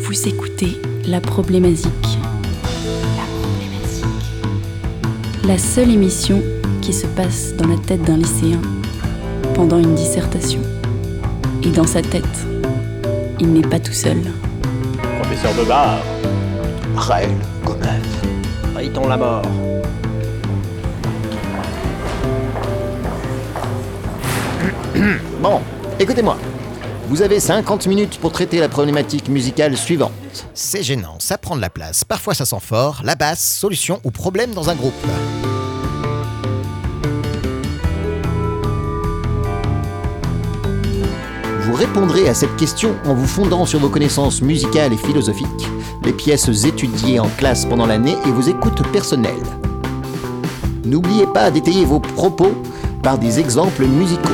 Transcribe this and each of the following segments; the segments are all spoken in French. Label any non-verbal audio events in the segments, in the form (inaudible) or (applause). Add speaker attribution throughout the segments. Speaker 1: Vous écoutez La Problématique.
Speaker 2: La problématique.
Speaker 1: La seule émission qui se passe dans la tête d'un lycéen pendant une dissertation. Et dans sa tête, il n'est pas tout seul.
Speaker 3: Professeur Bobard,
Speaker 4: Raël Gomez.
Speaker 5: Riton la mort.
Speaker 4: Bon, écoutez-moi. Vous avez 50 minutes pour traiter la problématique musicale suivante. C'est gênant, ça prend de la place. Parfois ça sent fort, la basse, solution ou problème dans un groupe. Vous répondrez à cette question en vous fondant sur vos connaissances musicales et philosophiques, les pièces étudiées en classe pendant l'année et vos écoutes personnelles. N'oubliez pas d'étayer vos propos par des exemples musicaux.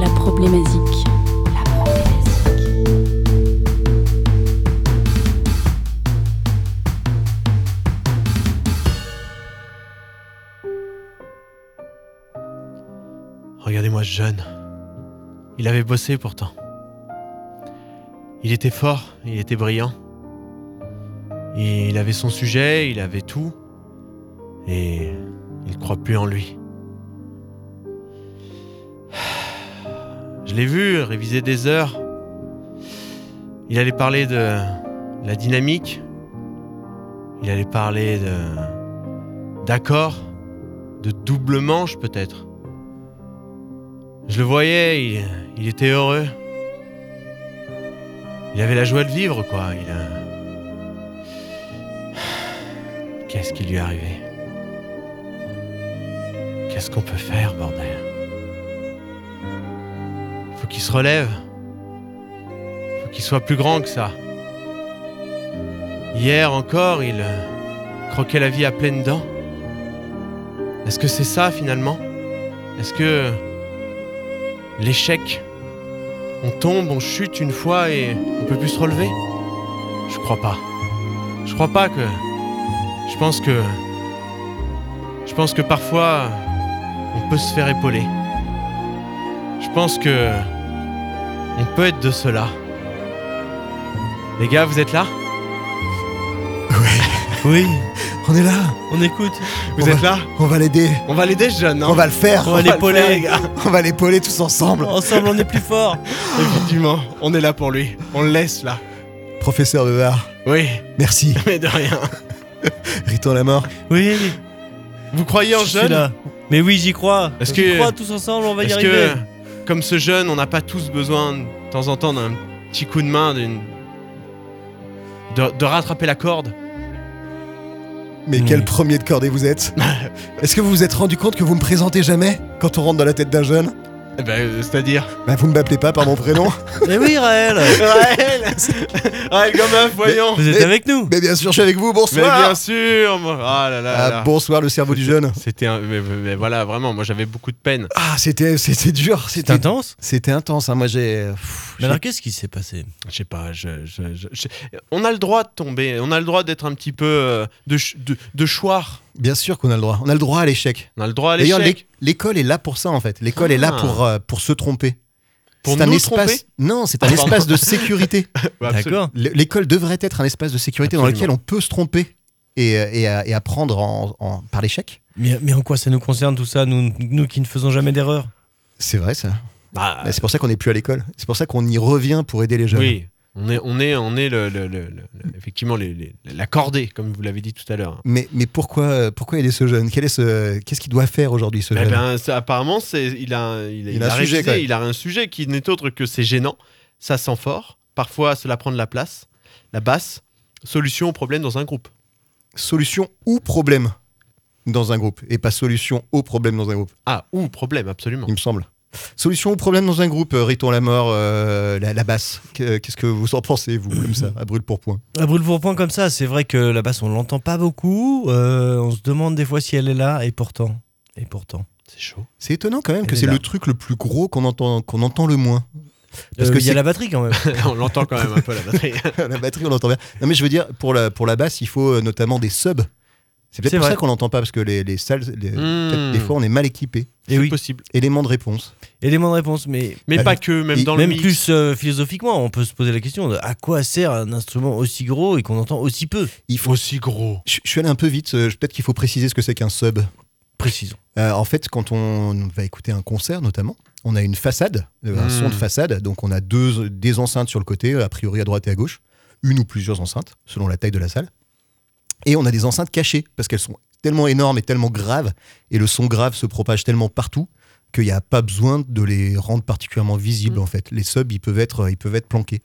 Speaker 1: La
Speaker 2: La
Speaker 1: Problématique.
Speaker 2: problématique.
Speaker 6: Regardez-moi ce jeune. Il avait bossé pourtant. Il était fort, il était brillant. Et il avait son sujet, il avait tout. Et il croit plus en lui. Je l'ai vu réviser des heures. Il allait parler de la dynamique. Il allait parler de d'accords, de double manche peut-être. Je le voyais, il, il était heureux. Il avait la joie de vivre, quoi. Il a- Qu'est-ce qui lui est arrivé Qu'est-ce qu'on peut faire, bordel Faut qu'il se relève. Faut qu'il soit plus grand que ça. Hier encore, il euh, croquait la vie à pleines dents. Est-ce que c'est ça finalement Est-ce que l'échec. On tombe, on chute une fois et on peut plus se relever. Je crois pas. Je crois pas que. Je pense que. Je pense que parfois on peut se faire épauler. Je pense que on peut être de cela. Les gars, vous êtes là
Speaker 7: Oui, on est là, on écoute.
Speaker 6: Vous
Speaker 7: On
Speaker 6: êtes là
Speaker 7: On va l'aider,
Speaker 6: On va l'aider ce jeune, hein
Speaker 7: on va le faire,
Speaker 6: On
Speaker 7: on
Speaker 6: va
Speaker 7: va,
Speaker 6: l'épauler.
Speaker 7: le faire, les gars. on va l'épauler tous ensemble.
Speaker 8: Oh.
Speaker 6: Ensemble, on est plus fort Effectivement, on est là pour lui. On le laisse là.
Speaker 7: Professeur Bevard,
Speaker 6: Oui, (laughs)
Speaker 7: merci.
Speaker 6: mais de rien.
Speaker 7: Riton la mort.
Speaker 8: Oui,
Speaker 6: Vous croyez en
Speaker 8: je suis
Speaker 6: jeune
Speaker 8: là. Mais oui, j'y crois.
Speaker 6: Est-ce
Speaker 8: J'y
Speaker 6: que-
Speaker 8: crois tous ensemble, on va y
Speaker 6: Est-ce
Speaker 8: arriver.
Speaker 6: que, comme ce jeune, on n'a pas tous besoin de temps en temps d'un petit coup de main, d'une de, de rattraper la corde
Speaker 7: Mais
Speaker 8: Mm.
Speaker 7: quel premier de cordée vous êtes Est-ce que vous vous êtes rendu compte que vous me présentez jamais quand on rentre dans la tête d'un jeune
Speaker 6: Eh ben, euh, C'est-à-dire
Speaker 7: Bah vous ne m'appelez pas par mon prénom
Speaker 8: Mais oui, Raël.
Speaker 6: Raël Raël (laughs) Gomeuf, voyons
Speaker 8: Vous êtes
Speaker 7: Mais-
Speaker 8: avec nous.
Speaker 7: Mais bien sûr, je suis avec vous,
Speaker 6: Mais
Speaker 7: bonsoir
Speaker 6: bien sûr moi- Ah là là,
Speaker 7: Ah,
Speaker 6: là.
Speaker 7: bonsoir le cerveau du jeune.
Speaker 6: C'était un... mais, mais- mais voilà, vraiment, moi j'avais beaucoup de peine.
Speaker 7: Ah, c'était c'était dur,
Speaker 8: C'est
Speaker 7: c'était
Speaker 8: intense.
Speaker 7: c'était intense hein. moi j'ai pff,
Speaker 8: Mais
Speaker 7: j'ai-
Speaker 8: alors, qu'est-ce qui s'est passé
Speaker 6: Je sais pas, je, je- je- je- on a le droit de tomber, on a le droit d'être un petit peu euh, de, ch- de, de choir.
Speaker 7: bien sûr qu'on a le droit. On a le droit à l'échec.
Speaker 6: On a le droit à
Speaker 7: D'ailleurs,
Speaker 6: l'échec.
Speaker 7: l'é- l'école est là pour ça en fait. L'école est là
Speaker 6: Ah.
Speaker 7: pour, euh, pour se tromper.
Speaker 6: Pour
Speaker 7: c'est un
Speaker 6: nous
Speaker 7: espace.
Speaker 6: tromper
Speaker 7: Non, c'est un
Speaker 6: Ah, pardon.
Speaker 7: espace
Speaker 6: (laughs)
Speaker 7: de sécurité.
Speaker 6: Bah, absolument.
Speaker 8: D'accord.
Speaker 7: L- L'école devrait être un espace de sécurité dans
Speaker 6: Absolument.
Speaker 7: lequel on peut se tromper et, euh, et, euh, et apprendre en- en- par l'échec.
Speaker 8: Mais, mais en quoi ça nous concerne tout ça, nous, nous qui ne faisons jamais d'erreur
Speaker 7: C'est vrai ça.
Speaker 6: Bah,
Speaker 7: Mais C'est pour ça qu'on n'est plus à l'école. C'est pour ça qu'on y revient pour aider les jeunes.
Speaker 6: Oui, on est, on est, on est le, le- le- le- le- effectivement les- les- la cordée, comme vous l'avez dit tout à l'heure.
Speaker 7: Mais, mais pourquoi, euh, pourquoi aider ce jeune Quel est ce- Qu'est-ce qu'il doit faire aujourd'hui ce
Speaker 6: Eh
Speaker 7: jeune
Speaker 6: ben, ça, apparemment, c'est, il a, un- il, il
Speaker 7: a un sujet, quand même.
Speaker 6: il a un sujet qui n'est autre que c'est gênant, ça sent fort, parfois cela prend de la place, la basse, solution au problème dans un groupe.
Speaker 7: Solution ou problème dans un groupe et pas solution au problème dans un groupe,
Speaker 6: Ah, ou problème, absolument.
Speaker 7: il me semble. Solution ou problème dans un groupe, euh, Riton la mort, euh, la, la basse. Que- Qu'est-ce que vous en pensez, vous, comme ça, à brûle pour point
Speaker 8: À brûle pour point comme ça, c'est vrai que la basse, on l'entend pas beaucoup. euh, on se demande des fois si elle est là, et pourtant. Et pourtant.
Speaker 6: C'est chaud.
Speaker 7: C'est étonnant quand même
Speaker 8: Elle
Speaker 7: que
Speaker 8: est
Speaker 7: c'est
Speaker 8: là.
Speaker 7: le truc le plus gros qu'on entend, qu'on entend le moins. (laughs) Parce
Speaker 8: Euh,
Speaker 7: que
Speaker 8: il y a
Speaker 7: c'est-
Speaker 8: la batterie quand même.
Speaker 6: (laughs) on l'entend quand même
Speaker 7: (laughs)
Speaker 6: un peu la batterie.
Speaker 7: la batterie, on l'entend bien. Non, mais je veux dire, pour la, pour la basse, il faut euh, notamment des subs. C'est peut-être
Speaker 8: C'est
Speaker 7: pour
Speaker 8: vrai. Hmm.
Speaker 7: ça qu'on l'entend pas, parce que les, les salles, les- peut-être des fois, on est mal équipé.
Speaker 8: Et oui,
Speaker 6: Hmm. possible.
Speaker 7: Élément de réponse.
Speaker 8: élément de réponse, mais
Speaker 6: Mais
Speaker 7: Bah,
Speaker 6: pas que, même
Speaker 7: il-
Speaker 6: dans le
Speaker 8: même
Speaker 6: mix.
Speaker 8: plus euh, philosophiquement, on peut se poser la question de à quoi sert un instrument aussi gros et qu'on entend aussi peu
Speaker 7: Il faut...
Speaker 6: Aussi gros.
Speaker 7: je, je suis allé un peu vite, euh, je- peut-être qu'il faut préciser ce que c'est qu'un sub.
Speaker 8: Précisons.
Speaker 7: Euh, en fait, quand on va écouter un concert notamment, on a une façade, euh, un
Speaker 6: Mm.
Speaker 7: son de façade. Donc on a deux, des enceintes sur le côté, euh, a priori à droite et à gauche, une ou plusieurs enceintes, selon la taille de la salle. Et on a des enceintes cachées, parce qu'elles sont tellement énormes et tellement graves, et le son grave se propage tellement partout qu'il n'y a pas besoin de les rendre particulièrement visibles en fait. Les subs, ils peuvent être, ils peuvent être planqués.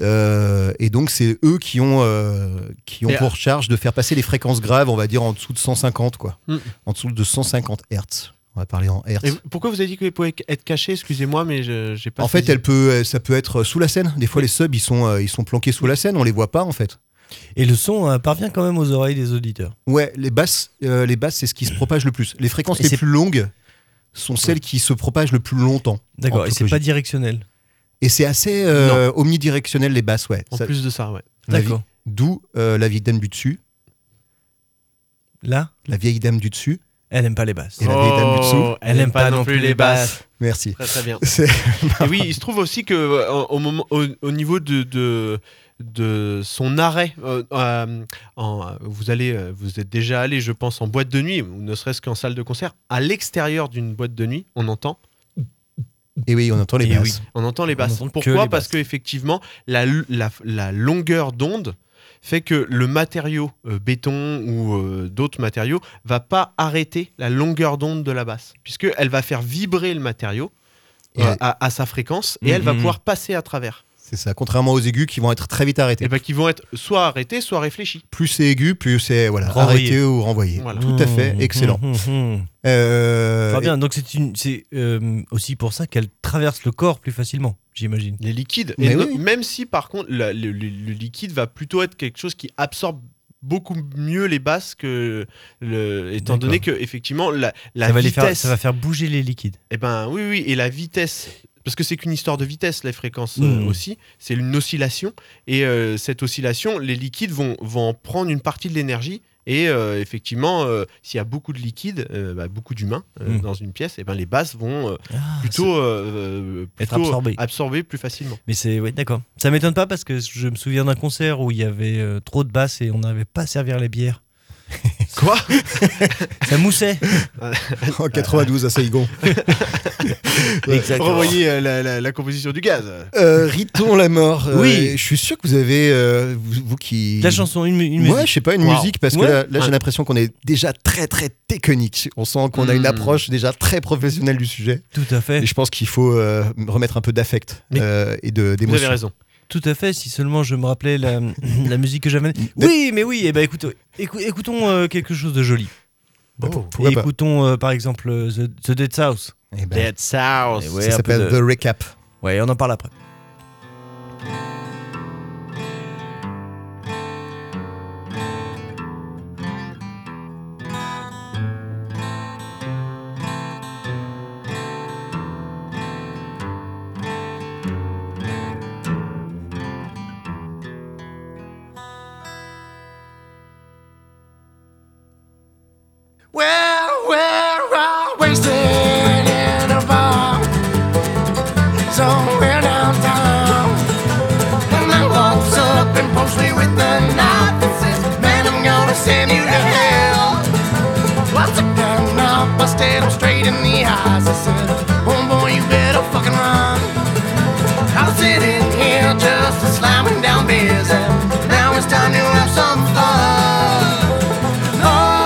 Speaker 7: Euh, et donc c'est eux qui ont, euh, qui ont
Speaker 6: Et-
Speaker 7: pour charge de faire passer les fréquences graves, on va dire en dessous de 150 quoi
Speaker 6: Mm.
Speaker 7: en dessous de 150 Hertz. On va parler en Hertz.
Speaker 6: Et vous- pourquoi vous avez dit qu'elle pouvait être cachée Excusez-moi, mais je- j'ai pas.
Speaker 7: En fait,
Speaker 6: saisi.
Speaker 7: elle peut, euh, ça peut être sous la scène. Des fois, les subs, ils sont, euh, ils sont planqués sous la scène, on les voit pas en fait.
Speaker 8: Et le son euh, parvient quand même aux oreilles des auditeurs.
Speaker 7: Ouais, les basses, euh, les basses, c'est ce qui se propage le plus. Les fréquences
Speaker 8: Et
Speaker 7: les
Speaker 8: c'est-
Speaker 7: plus longues sont celles qui se propagent le plus longtemps. En
Speaker 8: D'accord, et
Speaker 7: toute
Speaker 8: c'est pas
Speaker 7: logique.
Speaker 8: directionnel.
Speaker 7: Et c'est assez euh, omnidirectionnel les basses, ouais.
Speaker 6: En
Speaker 7: Ça-
Speaker 6: plus de ça, ouais.
Speaker 7: la vie-
Speaker 8: D'accord.
Speaker 7: D'où euh, la vieille dame du dessus,
Speaker 8: Là,
Speaker 7: la vieille dame du dessus.
Speaker 8: elle aime pas les basses.
Speaker 7: Et la vieille dame du dessous.
Speaker 8: Oh, Elle aime pas non plus les basses.
Speaker 7: Merci.
Speaker 6: Très très bien.
Speaker 7: (laughs) C'est-
Speaker 6: Et oui, il se trouve aussi que euh, au, moment, au, au niveau de, de, de son arrêt, euh, euh, en, euh, vous allez, euh, vous êtes déjà allé, je pense, en boîte de nuit, ou ne serait-ce qu'en salle de concert, à l'extérieur d'une boîte de nuit, on entend,
Speaker 7: Et oui, on entend les
Speaker 8: Eh
Speaker 7: basses.
Speaker 8: oui.
Speaker 6: on entend les basses.
Speaker 8: entend que
Speaker 6: Pourquoi
Speaker 8: les
Speaker 6: Parce
Speaker 8: basses.
Speaker 6: que effectivement, la, l- la, la longueur d'onde fait que le matériau euh, béton ou euh, d'autres matériaux va pas arrêter la longueur d'onde de la basse, puisque elle va faire vibrer le matériau.
Speaker 7: Et-
Speaker 6: euh, à, à sa fréquence et elle va
Speaker 8: Mhm.
Speaker 6: pouvoir passer à travers.
Speaker 7: C'est ça. Contrairement aux aigus qui vont être très vite arrêtés.
Speaker 6: et ben qui vont être soit arrêtés, soit réfléchis.
Speaker 7: Plus c'est aigu, plus c'est voilà,
Speaker 8: Renvoyé.
Speaker 7: arrêté ou renvoyé. Mmh,
Speaker 6: Voilà.
Speaker 7: Tout à fait, excellent.
Speaker 8: Hum, hum, hum.
Speaker 7: Euh,
Speaker 8: Très bien, donc c'est une- c'est, euh, aussi pour ça qu'elle traverse le corps plus facilement, j'imagine.
Speaker 6: Les liquides.
Speaker 7: Mais
Speaker 6: Et no-
Speaker 7: oui.
Speaker 6: Même si par contre la- le, le- le liquide va plutôt être quelque chose qui absorbe beaucoup mieux les basses que le, étant
Speaker 8: D'accord.
Speaker 6: donné que effectivement la, la
Speaker 8: Ça va, les
Speaker 6: vitesse.
Speaker 8: faire, ça va faire bouger les liquides.
Speaker 6: Eh ben oui oui et la vitesse. Parce que c'est qu'une histoire de vitesse, les fréquences euh,
Speaker 8: Mhm.
Speaker 6: aussi. C'est une oscillation. Et euh, cette oscillation, les liquides vont, vont en prendre une partie de l'énergie. Et euh, effectivement, euh, s'il y a beaucoup de liquides, euh, bah, beaucoup d'humains euh,
Speaker 8: Mhm.
Speaker 6: dans une pièce, et ben les basses vont euh,
Speaker 8: Ah,
Speaker 6: plutôt, euh, euh,
Speaker 8: Être
Speaker 6: plutôt
Speaker 8: absorbé.
Speaker 6: absorbé plus
Speaker 8: (laughs)
Speaker 6: facilement.
Speaker 8: Mais c'est ouais, d'accord. Ça m'étonne pas parce que je me souviens d'un concert où il y avait euh, trop de basses et on n'avait pas à servir les bières.
Speaker 6: (laughs) Quoi
Speaker 7: (laughs)
Speaker 8: Ça moussait.
Speaker 7: en 92 à
Speaker 8: (laughs)
Speaker 7: Saigon.
Speaker 6: Revoyez euh, la, la- la composition du gaz.
Speaker 7: Euh, Riton la mort. euh,
Speaker 8: Oui.
Speaker 7: Je suis sûr que vous avez, euh, vous, vous qui.
Speaker 8: La chanson, une, mu- une
Speaker 7: Moi,
Speaker 8: musique.
Speaker 7: je sais pas, une
Speaker 6: Wow.
Speaker 7: musique, parce que
Speaker 8: Ouais.
Speaker 7: là, là, j'ai
Speaker 6: Ouais.
Speaker 7: l'impression qu'on est déjà très, très technique. On sent qu'on a une
Speaker 8: Hmm.
Speaker 6: Mm.
Speaker 7: approche déjà très professionnelle du sujet.
Speaker 8: Tout à fait.
Speaker 7: Et je pense qu'il faut euh, remettre un peu d'affect
Speaker 6: Mais-
Speaker 7: euh, et de-
Speaker 6: Vous avez
Speaker 7: d'émotion.
Speaker 6: raison.
Speaker 8: Tout à fait. Si seulement je me rappelais la, (laughs) la musique que j'avais. Oui, mais oui. Eh ben, écoute, écou- écoutons euh, quelque chose de joli.
Speaker 7: Bah,
Speaker 6: Oh.
Speaker 7: pour- pourquoi
Speaker 8: Et
Speaker 7: pas
Speaker 8: écoutons euh, par exemple euh, The, The Dead South.
Speaker 7: Eh ben,
Speaker 6: Dead South.
Speaker 8: Eh ouais,
Speaker 7: Ça
Speaker 8: un peu
Speaker 7: s'appelle
Speaker 8: de-
Speaker 7: The Recap.
Speaker 8: Ouais, on en parle après.
Speaker 5: Well, we're all wasted in a bar somewhere downtown. And I walks up and pokes me with a knife and says, Man, I'm gonna send you to hell. So I took that knife, I stared him straight in the eyes. I said, Homeboy, you better fucking run. I'm sitting here just slamming down beers, and now it's time to have some fun. Oh,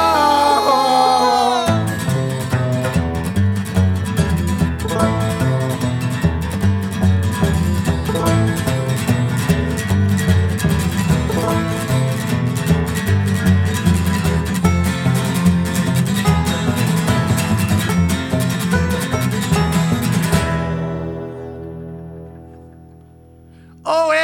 Speaker 5: Oh,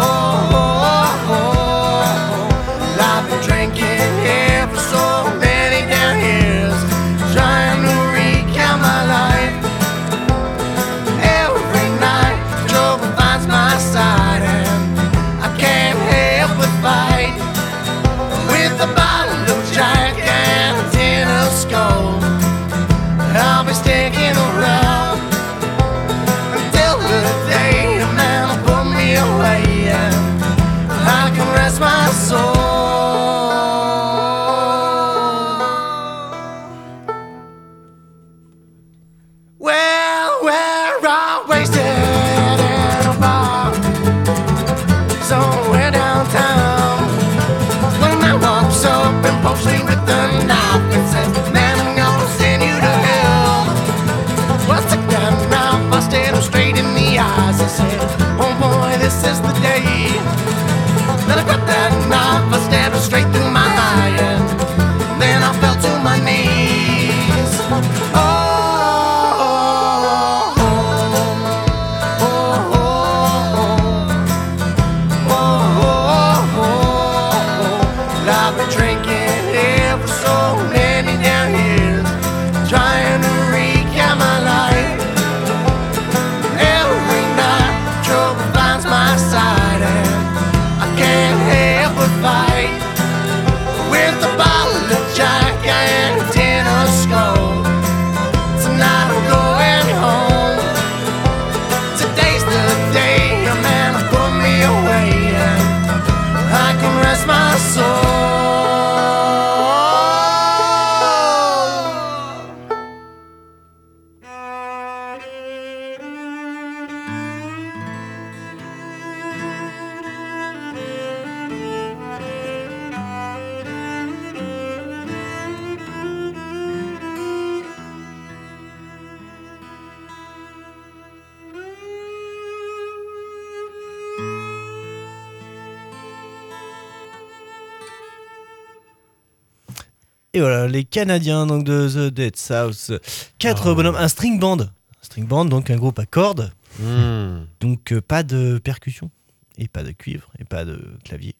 Speaker 5: Oh, oh, Oh, "Oh, off, I stabbed her straight through my lion. Then I fell to my knees. Oh, oh, oh, oh, oh, oh. I've been drinking here for so many damn years, trying to recap my life. Every night, trouble finds my side, and I can't help but fight with a bottle of Jack and a tin of skull. Tonight I'm going home. Today's the day a man will put me away, and I can rest my soul.
Speaker 8: Et voilà, les Canadiens donc de The Dead South.
Speaker 7: Ah.
Speaker 8: Quatre bonhommes, un string band. Un string band, donc un groupe à cordes.
Speaker 6: Hmm.
Speaker 8: Donc euh, pas de percussion, et pas de cuivre, et pas de clavier.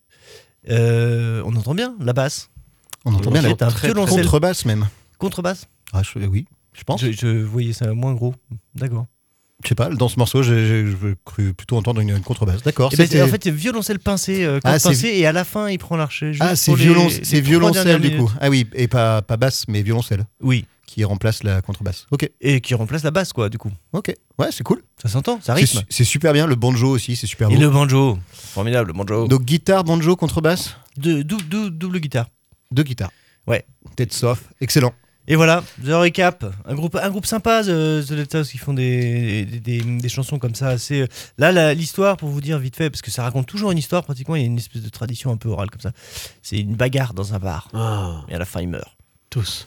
Speaker 8: Euh, on entend bien la basse,
Speaker 7: On entend bien la
Speaker 8: C'est un
Speaker 7: très-
Speaker 8: violoncelle.
Speaker 7: contrebasse même.
Speaker 8: contrebasse.
Speaker 7: Ah, je- oui, je pense.
Speaker 8: Je, je voyais ça moins gros. D'accord.
Speaker 7: Je sais pas, dans ce morceau, j'ai- j'ai j'ai cru plutôt entendre une, une contrebasse. D'accord.
Speaker 8: Eh ben,
Speaker 7: c'était-
Speaker 8: en fait, c'est violoncelle pincé, euh, corde
Speaker 7: Ah, c'est-
Speaker 8: pincée, et à la fin, il prend l'archet. juste
Speaker 7: ah, c'est
Speaker 8: pour les-
Speaker 7: violon,
Speaker 8: les
Speaker 7: c'est
Speaker 8: trois
Speaker 7: violoncelle
Speaker 8: dernières
Speaker 7: du coup.
Speaker 8: minutes.
Speaker 7: Ah oui, et pas, pas basse, mais violoncelle
Speaker 8: Oui,
Speaker 7: qui remplace la contrebasse. Ok,
Speaker 8: et qui remplace la basse, quoi, du coup.
Speaker 7: ok. Ouais, c'est cool.
Speaker 8: Ça s'entend, ça
Speaker 7: C'est
Speaker 8: rythme.
Speaker 7: su- C'est super bien. Le banjo aussi, c'est super
Speaker 8: Et
Speaker 7: beau.
Speaker 8: le banjo, Ah formidable, le banjo.
Speaker 7: Donc guitare, banjo, contrebasse,
Speaker 8: De, dou- dou- double guitare.
Speaker 7: deux guitares.
Speaker 8: Ouais.
Speaker 7: Tête sauf, excellent.
Speaker 8: Et voilà, The Recap, un groupe, un groupe sympa, The, The Dead South, qui font des, des, des- des chansons comme ça. Assez... euh, Là, la- l'histoire, pour vous dire vite fait, parce que ça raconte toujours une histoire, pratiquement, il y a une espèce de tradition un peu orale comme ça. C'est une bagarre dans un bar,
Speaker 6: Ah,
Speaker 8: et à la fin, il meurt. (laughs)
Speaker 6: tous.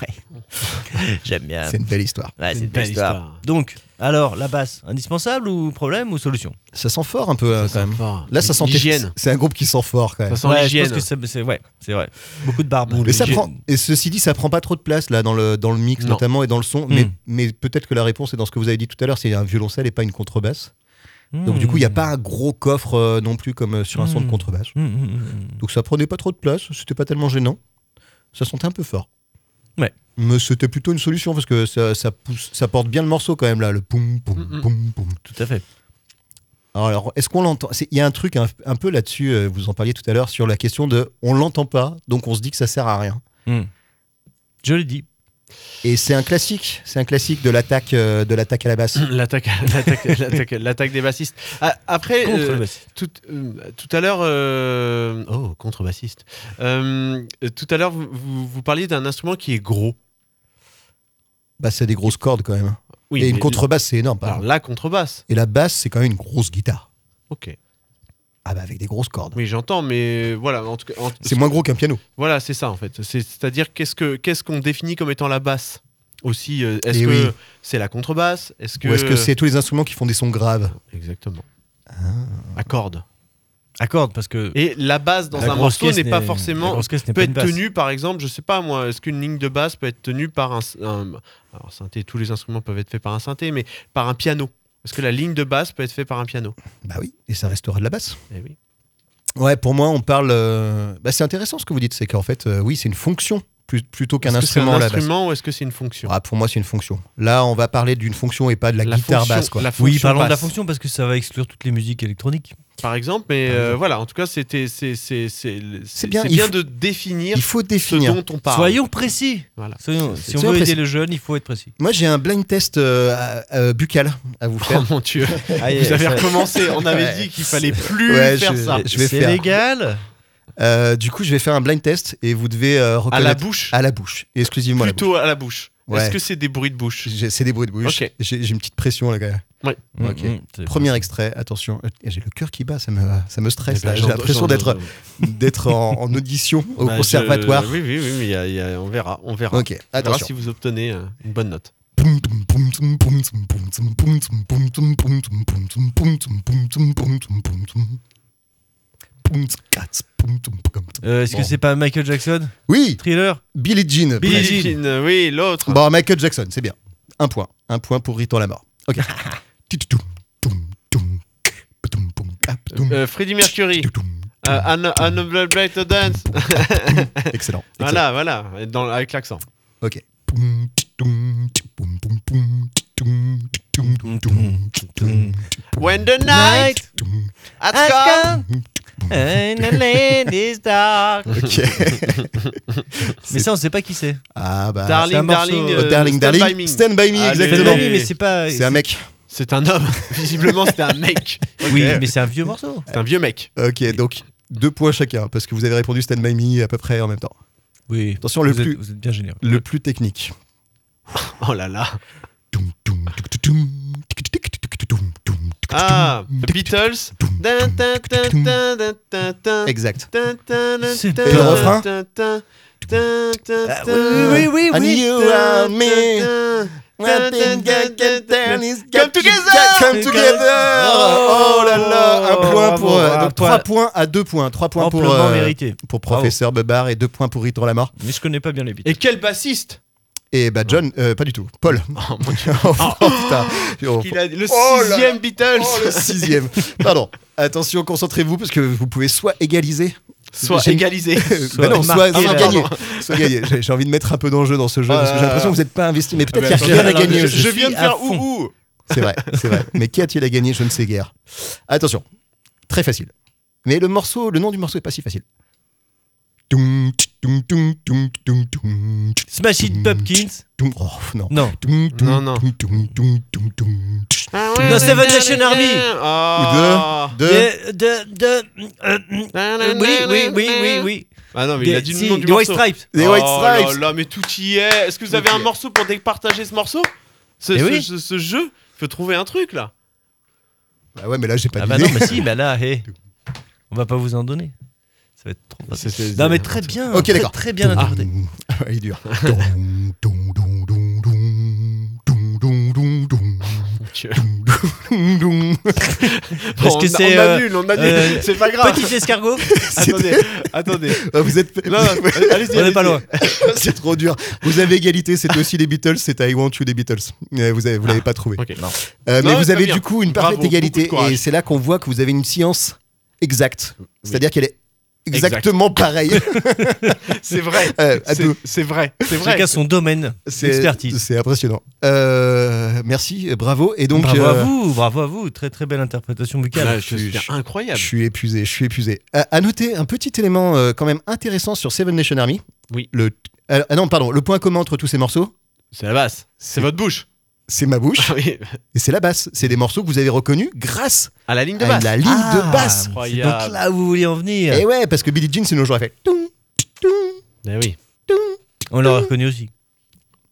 Speaker 8: Ouais. J'aime bien.
Speaker 7: C'est une belle histoire.
Speaker 8: Ouais, c'est une belle histoire. Donc, alors, la basse, indispensable ou problème ou solution
Speaker 7: Ça sent fort un peu euh, quand même. Là, ça sent
Speaker 6: l'hygiène.
Speaker 7: C'est un groupe qui sent fort quand même.
Speaker 6: Ça sent
Speaker 8: Ouais, je pense
Speaker 6: l'hygiène.
Speaker 8: que c'est- c'est ouais, c'est vrai. Beaucoup de barbe.
Speaker 7: Et, ça
Speaker 6: J'ai-
Speaker 7: prend, et ceci dit, ça prend pas trop de place là dans le, dans le mix
Speaker 6: Non.
Speaker 7: notamment et dans le son, mais,
Speaker 8: Mm.
Speaker 7: mais peut-être que la réponse est dans ce que vous avez dit tout à l'heure, c'est un violoncelle et pas une contrebasse.
Speaker 8: Mmh,
Speaker 7: Donc du coup, il
Speaker 8: Hmm.
Speaker 7: n'y a pas un gros coffre euh, non plus comme euh, sur un son de
Speaker 8: Mm.
Speaker 7: contrebasse.
Speaker 8: Mm, mm, mm,
Speaker 7: Donc ça prenait pas trop de place, c'était pas tellement gênant. Ça sentait un peu fort.
Speaker 8: Ouais.
Speaker 7: Mais c'était plutôt une solution parce que ça, ça pousse, ça porte bien le morceau quand même là, le poum poum
Speaker 6: Mm, mm.
Speaker 7: poum poum.
Speaker 8: tout à fait.
Speaker 7: Alors, est-ce qu'on l'entend C'est- Il y a un truc un, un peu là-dessus, euh, vous en parliez tout à l'heure, sur la question de on l'entend pas, donc on se dit que ça sert à rien.
Speaker 8: Je l'ai dit.
Speaker 7: Et c'est un classique, c'est un classique de l'attaque euh, de l'attaque à la basse.
Speaker 6: L'attaque, l'attaque, l'attaque, l'attaque des bassistes. Ah, après,
Speaker 8: Contre
Speaker 6: euh,
Speaker 8: le bassiste.
Speaker 6: tout, euh, tout à l'heure, euh, oh contrebassiste. Euh, tout à l'heure, vous, vous, vous parliez d'un instrument qui est gros.
Speaker 7: Bah, c'est des grosses cordes quand même. hein.
Speaker 6: Oui.
Speaker 7: et
Speaker 6: mais-
Speaker 7: une contrebasse, c'est énorme. par
Speaker 6: Alors
Speaker 7: exemple.
Speaker 6: la contrebasse.
Speaker 7: Et la basse, c'est quand même une grosse guitare.
Speaker 6: Ok.
Speaker 7: Ah bah avec des grosses cordes.
Speaker 6: Oui, j'entends, mais voilà. En tout cas, en-
Speaker 7: C'est moins gros qu'un piano.
Speaker 6: voilà, c'est ça en fait. C'est, c'est-à-dire qu'est-ce que qu'est-ce qu'on définit comme étant la basse aussi. euh, est-ce
Speaker 7: Eh
Speaker 6: que
Speaker 7: oui.
Speaker 6: c'est la contrebasse Est-ce que
Speaker 7: Ou est-ce que c'est tous les instruments qui font des sons graves
Speaker 6: exactement à corde.
Speaker 8: Accorde parce que
Speaker 6: Et la basse dans
Speaker 8: la
Speaker 6: un
Speaker 8: grosse
Speaker 6: morceau
Speaker 8: caisse
Speaker 6: n'est pas
Speaker 8: la
Speaker 6: forcément
Speaker 8: grosse caisse n'est
Speaker 6: peut
Speaker 8: pas une
Speaker 6: être
Speaker 8: basse.
Speaker 6: tenue par exemple, je sais pas moi, est-ce qu'une ligne de basse peut être tenue par un, un- alors synthé, tous les instruments peuvent être faits par un synthé, mais par un piano. Est-ce que la ligne de basse peut être faite par un piano
Speaker 7: Bah oui, et ça restera de la basse.
Speaker 6: Eh oui.
Speaker 7: Ouais, pour moi, on parle. euh, Bah, c'est intéressant ce que vous dites, c'est qu'en fait, euh, oui, c'est une fonction plus- plutôt qu'un
Speaker 6: Est-ce que c'est
Speaker 7: instrument,
Speaker 6: un
Speaker 7: la basse.
Speaker 6: instrument ou est-ce que c'est une fonction
Speaker 7: Ah, pour moi, c'est une fonction. Là, on va parler d'une fonction et pas de la, guitare
Speaker 6: fonction-
Speaker 7: basse, quoi.
Speaker 6: la
Speaker 8: oui,
Speaker 6: fonction
Speaker 8: parlons de la
Speaker 6: basse,
Speaker 8: fonction parce que ça va exclure toutes les musiques électroniques.
Speaker 6: Par exemple, mais euh, voilà, en tout cas, c'était c'est c'est c'est c'est
Speaker 7: bien,
Speaker 6: bien,
Speaker 7: il faut-
Speaker 6: de définir
Speaker 7: Il faut
Speaker 6: ce
Speaker 7: définir.
Speaker 6: dont on parle.
Speaker 8: Soyons précis. (laughs)
Speaker 6: Voilà.
Speaker 8: Soyons- si on
Speaker 7: soyons
Speaker 8: veut
Speaker 7: précis.
Speaker 8: aider le jeune, il faut être précis.
Speaker 7: Moi, j'ai un blind test euh, à- euh, buccal à vous
Speaker 6: Oh
Speaker 7: faire.
Speaker 6: mon
Speaker 8: (laughs)
Speaker 6: dieu,
Speaker 8: Aïe,
Speaker 6: vous avez
Speaker 8: ça-
Speaker 6: recommencé. On avait
Speaker 7: Ouais.
Speaker 6: dit qu'il fallait plus
Speaker 7: Ouais,
Speaker 6: faire
Speaker 7: je-
Speaker 6: ça
Speaker 7: je vais
Speaker 8: c'est
Speaker 7: faire.
Speaker 8: légal.
Speaker 7: Euh, du coup, je vais faire un blind test et vous devez euh,
Speaker 6: Oh. à la
Speaker 7: reconnaître
Speaker 6: bouche,
Speaker 7: à la bouche, exclusivement à la bouche.
Speaker 6: plutôt à la bouche.
Speaker 7: Ouais.
Speaker 6: Est-ce que c'est des bruits de bouche
Speaker 7: J'ai- C'est des bruits de bouche.
Speaker 6: Ok.
Speaker 7: J'ai j'ai une petite pression là, quand même. Ok.
Speaker 8: Mm, mm, c'est-
Speaker 7: Premier extrait, attention. Euh, J'ai le cœur qui bat, ça me, ça me
Speaker 6: Eh
Speaker 7: stresse.
Speaker 6: ben,
Speaker 7: là. J'ai
Speaker 6: j'en-
Speaker 7: l'impression
Speaker 6: j'en-
Speaker 7: d'être d'être en, en audition au
Speaker 6: Bah,
Speaker 7: conservatoire.
Speaker 6: je- Oui, oui, oui, mais il y a- il y a- on verra. On verra.
Speaker 7: Ok,
Speaker 6: On verra
Speaker 7: attention.
Speaker 6: si vous obtenez euh, une bonne note.
Speaker 8: Euh, Est-ce
Speaker 7: Bon.
Speaker 8: que c'est pas Michael Jackson
Speaker 7: Oui,
Speaker 8: Thriller
Speaker 7: Billie Jean.
Speaker 8: Billie
Speaker 7: presque.
Speaker 8: Jean.
Speaker 6: Jean, euh, oui, l'autre.
Speaker 7: Bon, Michael Jackson, c'est bien. Un point. Un point pour Ritan la mort.
Speaker 6: (laughs)
Speaker 7: Ok.
Speaker 6: Euh, Freddie Mercury. Euh, An- An Noble Blade to Dance.
Speaker 7: Excellent. Excellent.
Speaker 6: Voilà, voilà. Et dans- avec l'accent.
Speaker 7: Ok.
Speaker 6: When the night has come.
Speaker 8: And the land is dark.
Speaker 6: (laughs)
Speaker 7: Ok.
Speaker 8: Mais ça, on sait pas qui c'est.
Speaker 7: Ah bah.
Speaker 8: c'est
Speaker 6: Darling,
Speaker 8: un morceau,
Speaker 6: darling,
Speaker 8: euh,
Speaker 7: Oh,
Speaker 6: euh,
Speaker 7: darling,
Speaker 6: Stand
Speaker 7: darling.
Speaker 6: By Me.
Speaker 7: Stand by me,
Speaker 6: Ah,
Speaker 8: C'est
Speaker 7: exactement.
Speaker 8: pas lui, mais c'est pas.
Speaker 7: C'est un mec.
Speaker 6: C'est un homme. (laughs) Visiblement, c'était un mec.
Speaker 8: Oui, mais c'est un vieux morceau.
Speaker 6: C'est un vieux mec.
Speaker 7: Ok, donc deux points chacun, parce que vous avez répondu Stand by me à peu près en même temps.
Speaker 8: Oui.
Speaker 7: Attention, le
Speaker 8: vous,
Speaker 7: plus-
Speaker 8: êtes, vous êtes bien généreux.
Speaker 7: Le plus technique.
Speaker 6: Oh là là. Ah, The Beatles. Dun, dun, dun, dun, dun, dun, dun.
Speaker 7: Exact.
Speaker 6: Dun, dun, dun,
Speaker 8: C'est
Speaker 6: dun,
Speaker 8: pas-
Speaker 7: Et le refrain
Speaker 6: dun, dun, dun, dun,
Speaker 8: Ah,
Speaker 6: dun.
Speaker 8: oui, oui,
Speaker 7: And
Speaker 8: oui.
Speaker 7: you
Speaker 6: Dun,
Speaker 7: are me.
Speaker 6: dun, dun, dun, dun, dun, dun.
Speaker 7: Come
Speaker 6: together.
Speaker 7: Come together
Speaker 8: Oh.
Speaker 7: Oh là là Un point pour...
Speaker 8: Bravo,
Speaker 7: euh,
Speaker 8: un
Speaker 7: Donc
Speaker 8: point.
Speaker 7: 3 points à 2 points. 3 points pour,
Speaker 8: Amplement
Speaker 7: euh,
Speaker 8: mérité.
Speaker 7: pour Professeur Bebar et 2 points pour Ritor Lamar.
Speaker 8: Mais je connais pas bien les beats.
Speaker 6: Et quel bassiste
Speaker 7: Et bah John, euh, pas du tout. Paul.
Speaker 6: Oh mon dieu.
Speaker 7: (laughs) Oh, putain. Oh,
Speaker 6: Il a le
Speaker 7: Oh là
Speaker 6: sixième Beatles.
Speaker 7: Oh, le sixième. Pardon. Attention, concentrez-vous parce que vous pouvez soit égaliser,
Speaker 6: (laughs) Soit
Speaker 7: J'ai-
Speaker 8: (laughs)
Speaker 6: égalisé.
Speaker 7: Bah non, soit,
Speaker 8: marquer
Speaker 7: soit
Speaker 8: la-
Speaker 7: gagner. Soit gagner. J'ai j'ai envie de mettre un peu d'enjeu dans ce jeu parce que j'ai l'impression que vous n'êtes pas investi. Mais peut-être
Speaker 6: Ah bah,
Speaker 7: qu'il y a rien à
Speaker 8: alors,
Speaker 7: gagner.
Speaker 6: Je,
Speaker 7: au
Speaker 8: je
Speaker 7: jeu.
Speaker 6: je
Speaker 8: suis
Speaker 6: viens de
Speaker 8: à
Speaker 6: faire
Speaker 8: fond.
Speaker 6: ouh ouh.
Speaker 7: C'est vrai, c'est vrai. Mais qu'y a-t-il à gagner Je ne sais guère. Attention, très facile. Mais le morceau, le nom du morceau est pas si facile. Toum, tch, toum, toum, toum, toum, toum, tch,
Speaker 8: Smashing
Speaker 6: Hmm.
Speaker 8: Pumpkins
Speaker 7: toum. Oh non.
Speaker 8: Non.
Speaker 7: Toum, toum,
Speaker 6: Non, non.
Speaker 7: toum, toum, toum, toum, toum, tch.
Speaker 8: Non, Seven Nation Army.
Speaker 6: Ah.
Speaker 7: Ou deux, deux.
Speaker 8: De, de, de- euh, mm, euh, oui, oui, oui, oui, oui.
Speaker 6: Ah non, mais il a
Speaker 8: Des-
Speaker 6: dit
Speaker 8: si,
Speaker 6: le nom du
Speaker 8: des White
Speaker 6: morceau.
Speaker 8: Stripes.
Speaker 7: Des White Stripes.
Speaker 6: Oh là là, mais tout y est. Est-ce que vous avez
Speaker 7: Tout y
Speaker 6: un
Speaker 7: est.
Speaker 6: morceau pour départager ce morceau ce,
Speaker 8: Eh
Speaker 6: ce,
Speaker 8: oui.
Speaker 6: ce- ce jeu Faut trouver un truc là.
Speaker 7: Ah ouais, mais là j'ai pas
Speaker 8: Ah bah
Speaker 7: d'idée.
Speaker 8: non, mais si, bah là,
Speaker 6: (laughs)
Speaker 8: hé. On va pas vous en donner. Ça va être trop facile.
Speaker 6: C'était-
Speaker 8: Non, mais très bien.
Speaker 7: Ok,
Speaker 8: très,
Speaker 7: d'accord.
Speaker 8: Très bien interprété.
Speaker 7: Toum. Ah, il est dur. Toum, toum, toum, toum, toum, toum, toum, toum, toum,
Speaker 6: (laughs) Dieu.
Speaker 7: toum, toum.
Speaker 8: Parce
Speaker 6: Bon,
Speaker 8: que
Speaker 6: on-
Speaker 8: c'est,
Speaker 6: On
Speaker 8: euh,
Speaker 6: annule, on annule.
Speaker 8: euh,
Speaker 6: C'est pas grave.
Speaker 8: (laughs) Petit escargot.
Speaker 6: (laughs) Attendez, attendez.
Speaker 7: Ah, Vous êtes.
Speaker 6: Non, non, allez-y.
Speaker 8: On est
Speaker 6: allez-y.
Speaker 8: pas loin.
Speaker 7: (laughs) c'est trop dur. Vous avez égalité, c'était aussi les Beatles, c'était I Want You des Beatles. Euh, Vous avez- vous l'avez pas trouvé.
Speaker 6: Ah, Ok.
Speaker 7: Euh, mais
Speaker 6: Non,
Speaker 7: vous
Speaker 6: très
Speaker 7: avez
Speaker 6: bien.
Speaker 7: du coup une
Speaker 6: Bravo,
Speaker 7: parfaite
Speaker 6: beaucoup de
Speaker 7: égalité
Speaker 6: courage.
Speaker 7: et c'est là qu'on voit que vous avez une science exacte. C'est-à-dire qu'elle est
Speaker 6: (laughs)
Speaker 7: exactement pareille
Speaker 6: C'est vrai.
Speaker 7: euh, à
Speaker 6: C'est-
Speaker 7: deux.
Speaker 6: C'est vrai. C'est vrai.
Speaker 8: Chacun son domaine d'expertise.
Speaker 7: C'est impressionnant. Euh, merci, euh, bravo. Et donc,
Speaker 8: bravo à
Speaker 7: euh,
Speaker 8: vous, bravo à vous. Très très belle interprétation vocale.
Speaker 6: Ouais,
Speaker 7: je-
Speaker 6: C'était
Speaker 7: je-
Speaker 6: incroyable.
Speaker 7: je suis épuisé, je suis épuisé. À, à noter un petit élément euh, quand même intéressant sur Seven Nation Army.
Speaker 6: Oui.
Speaker 7: Le, ah, ah non, pardon, le point commun entre tous ces morceaux,
Speaker 6: C'est la basse. C'est votre bouche.
Speaker 7: c'est ma bouche
Speaker 6: Ah (laughs) oui.
Speaker 7: et c'est la basse. C'est des morceaux que vous avez reconnus grâce
Speaker 6: À la ligne de
Speaker 7: à
Speaker 6: basse.
Speaker 7: la ligne
Speaker 8: Ah,
Speaker 7: de basse.
Speaker 8: C'est
Speaker 6: Incroyable.
Speaker 8: donc là où vous voulez en venir.
Speaker 7: Et ouais, parce que Billie Jean, sinon j'aurais fait. Toum, toum.
Speaker 6: Eh oui.
Speaker 8: On l'aurait reconnu aussi.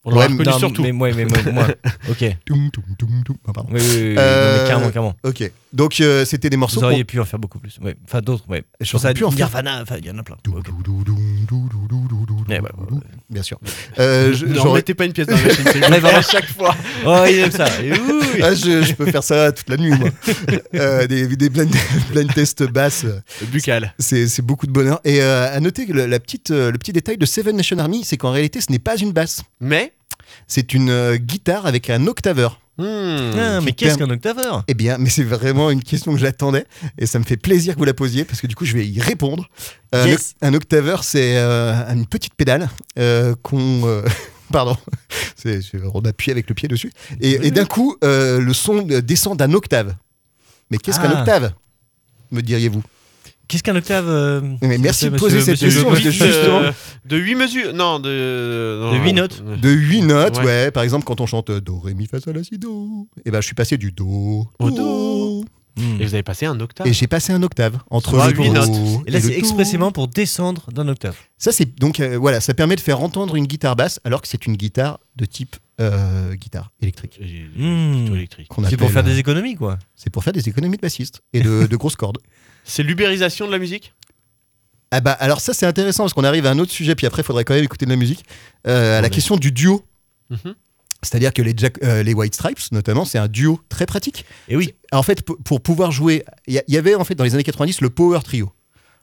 Speaker 6: On l'aurait
Speaker 7: Ouais,
Speaker 6: reconnu
Speaker 8: Non,
Speaker 6: surtout.
Speaker 8: Mais moi, mais moi, moi. (laughs) Ok. Oui,
Speaker 7: Toum, toum, toum, toum. Ah, pardon.
Speaker 8: oui, oui, oui.
Speaker 7: Euh,
Speaker 8: Non, mais carrément, carrément.
Speaker 7: Ok. Donc euh, c'était des morceaux.
Speaker 8: Vous auriez pu en faire beaucoup plus. Ouais. Enfin, d'autres, ouais.
Speaker 7: Je
Speaker 8: pense
Speaker 7: saurais
Speaker 8: à
Speaker 7: plus en faire.
Speaker 8: Nirvana, Eh enfin, il y en a plein.
Speaker 7: qu'on- (laughs)
Speaker 8: Ok. Ouais, ouais, ouais, ouais.
Speaker 7: Bien sûr. Euh,
Speaker 8: (laughs)
Speaker 7: je,
Speaker 6: Ne
Speaker 7: j'aurais-
Speaker 6: remettez pas une pièce dans la machine. c'est
Speaker 8: Ouais,
Speaker 6: juste
Speaker 8: vraiment.
Speaker 6: à chaque
Speaker 8: (laughs)
Speaker 6: fois.
Speaker 8: Oh, il aime ça. Et ouh,
Speaker 7: (laughs) Ah, je, je peux faire ça toute la
Speaker 8: (laughs)
Speaker 7: nuit, moi. Euh, des des blind, (laughs) blind tests basses, euh, (laughs)
Speaker 6: Buccal.
Speaker 7: c'est, c'est beaucoup de bonheur. Et euh, à noter que le, la petite, euh, le petit détail de Seven Nation Army, c'est qu'en réalité, ce n'est pas une basse.
Speaker 6: Mais. hmm.
Speaker 7: C'est une euh, guitare avec un octaveur.
Speaker 8: putain, mais
Speaker 7: Qui
Speaker 8: qu'est-ce
Speaker 7: permet-
Speaker 8: qu'un octaveur
Speaker 7: Eh bien, mais c'est vraiment une question que j'attendais et ça me fait plaisir que vous la posiez parce que du coup, je vais y répondre. Euh, Un
Speaker 8: Yes.
Speaker 7: oc- Un octaveur, c'est euh, une petite pédale euh, qu'on. euh, (laughs) pardon, c'est, c'est- on appuie avec le pied dessus. Et, et d'un coup, euh, le son euh, descend d'un octave. Mais qu'est-ce qu'un
Speaker 8: Ah.
Speaker 7: octave me diriez-vous
Speaker 8: Qu'est-ce qu'un octave euh,
Speaker 7: Mais merci
Speaker 8: s'il
Speaker 7: de
Speaker 8: vous plaît,
Speaker 7: poser cette
Speaker 8: monsieur- monsieur
Speaker 7: question,
Speaker 8: Lopez
Speaker 7: parce
Speaker 6: huit,
Speaker 7: que
Speaker 6: euh,
Speaker 7: justement-
Speaker 6: de 8 mesures. Non, de. non,
Speaker 8: De huit
Speaker 6: non,
Speaker 8: notes.
Speaker 6: non.
Speaker 7: De 8 notes,
Speaker 6: Ouais.
Speaker 7: ouais. Par exemple, quand on chante euh, Do, Ré, Mi, Fa, Sol, La, Si, Do, et ben, je suis passé du Do
Speaker 6: Au Do.
Speaker 8: Hmm.
Speaker 6: Et vous avez passé un octave.
Speaker 7: Et j'ai passé un octave entre
Speaker 6: Soit
Speaker 7: le
Speaker 6: huit
Speaker 7: Do
Speaker 6: notes.
Speaker 8: Ah, Et là,
Speaker 7: le
Speaker 8: c'est
Speaker 7: Do.
Speaker 8: expressément pour descendre d'un octave.
Speaker 7: Ça, c'est donc euh, voilà, ça permet de faire entendre une guitare basse alors que c'est une guitare de type euh, guitare électrique.
Speaker 6: Et-
Speaker 8: Hmm.
Speaker 6: plutôt électrique.
Speaker 7: qu'on
Speaker 8: C'est pour
Speaker 7: appelle,
Speaker 8: faire
Speaker 7: euh,
Speaker 8: des économies, quoi.
Speaker 7: c'est pour faire des économies de bassistes et de, de grosses cordes.
Speaker 6: C'est l'ubérisation de la musique
Speaker 7: Ah bah alors ça c'est intéressant parce qu'on arrive à un autre sujet puis après il faudrait quand même écouter de la musique Euh, à la
Speaker 6: Ouais.
Speaker 7: question du duo.
Speaker 6: Mhm.
Speaker 7: C'est-à-dire que les, Jack- euh, les White Stripes, notamment, c'est un duo très pratique.
Speaker 8: Et oui.
Speaker 7: En fait, p- pour pouvoir jouer, il y, a- il y avait en fait dans les années 90 le Power Trio.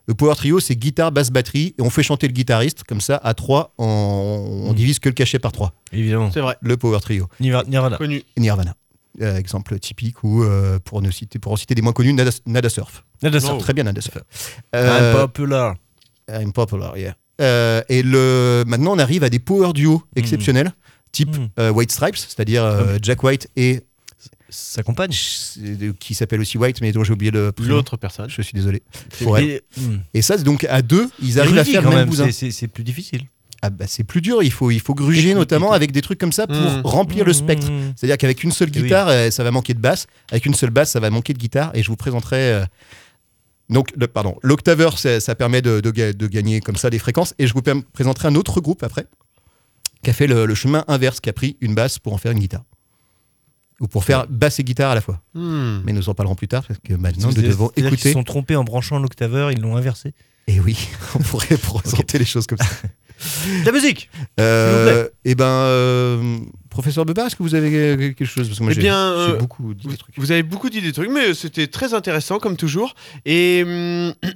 Speaker 7: Le power trio, c'est guitare, basse, batterie, et on fait chanter le guitariste, comme ça, à 3, on, on
Speaker 8: Mm.
Speaker 7: divise que le cachet par 3.
Speaker 8: Évidemment.
Speaker 6: C'est vrai.
Speaker 7: Le power trio.
Speaker 8: Nirva-
Speaker 7: Ah.
Speaker 8: Nirvana.
Speaker 6: Connu.
Speaker 7: Nirvana, euh, exemple typique, ou euh, pour, ne citer, pour en citer des moins connus, Nada, Nada Surf.
Speaker 8: Nada
Speaker 6: Oh.
Speaker 8: Surf.
Speaker 7: Très bien, Nada Surf.
Speaker 8: Un
Speaker 7: Euh,
Speaker 8: popular.
Speaker 7: I'm popular, yeah. Euh, et le, maintenant, on arrive à des power duos
Speaker 8: Hmm.
Speaker 7: exceptionnels, type
Speaker 8: Mm.
Speaker 7: euh, White Stripes, c'est-à-dire euh,
Speaker 8: Oh.
Speaker 7: Jack White et euh,
Speaker 8: Sa compagne.
Speaker 7: qui s'appelle aussi White, mais dont j'ai oublié le prénom.
Speaker 6: L'autre personne.
Speaker 7: Je suis désolé. Ouais.
Speaker 8: Et, hmm.
Speaker 7: Et ça, c'est donc à deux, ils
Speaker 8: Et
Speaker 7: arrivent à
Speaker 8: Rudy,
Speaker 7: faire
Speaker 8: quand
Speaker 7: le même
Speaker 8: même,
Speaker 7: bousin.
Speaker 8: c'est- c'est c'est plus difficile.
Speaker 7: Ah bah, c'est plus dur, il faut, il faut gruger
Speaker 8: Technique,
Speaker 7: notamment
Speaker 8: technique.
Speaker 7: avec des trucs comme ça pour
Speaker 6: Mm.
Speaker 7: remplir
Speaker 9: Mmh.
Speaker 7: le spectre.
Speaker 8: Hmm.
Speaker 7: C'est-à-dire qu'avec une seule
Speaker 8: Eh oui.
Speaker 7: guitare, euh, ça va manquer de basse. Avec une seule basse, ça va manquer de guitare. Et je vous présenterai. euh, Donc, le- pardon, l'octaveur, ça, ça permet de, de ga- de gagner comme ça des fréquences. Et je vous pr- présenterai un autre groupe après, qui a fait le, le chemin inverse, qui a pris une basse pour en faire une guitare. Ou pour faire basse et guitare à la fois.
Speaker 6: Hmm.
Speaker 7: Mais nous en parlerons plus tard, parce que maintenant, nous
Speaker 8: C'est-à-dire-
Speaker 7: devons
Speaker 8: c'est-à-dire qu'ils
Speaker 7: écouter.
Speaker 8: se sont trompés en branchant l'octaveur, ils l'ont inversé.
Speaker 7: Et oui, (laughs) on pourrait présenter les choses
Speaker 8: (laughs)
Speaker 7: comme ça.
Speaker 8: De La musique
Speaker 7: Euh, et ben, euh, professeur Beba, est-ce que vous avez euh, quelque chose Parce que moi,
Speaker 6: Eh
Speaker 7: j'ai-
Speaker 6: bien,
Speaker 7: j'ai
Speaker 6: euh,
Speaker 7: beaucoup dit
Speaker 6: Vous,
Speaker 7: des trucs.
Speaker 6: vous avez beaucoup dit des trucs, mais c'était très intéressant comme toujours. Et hum,
Speaker 8: Une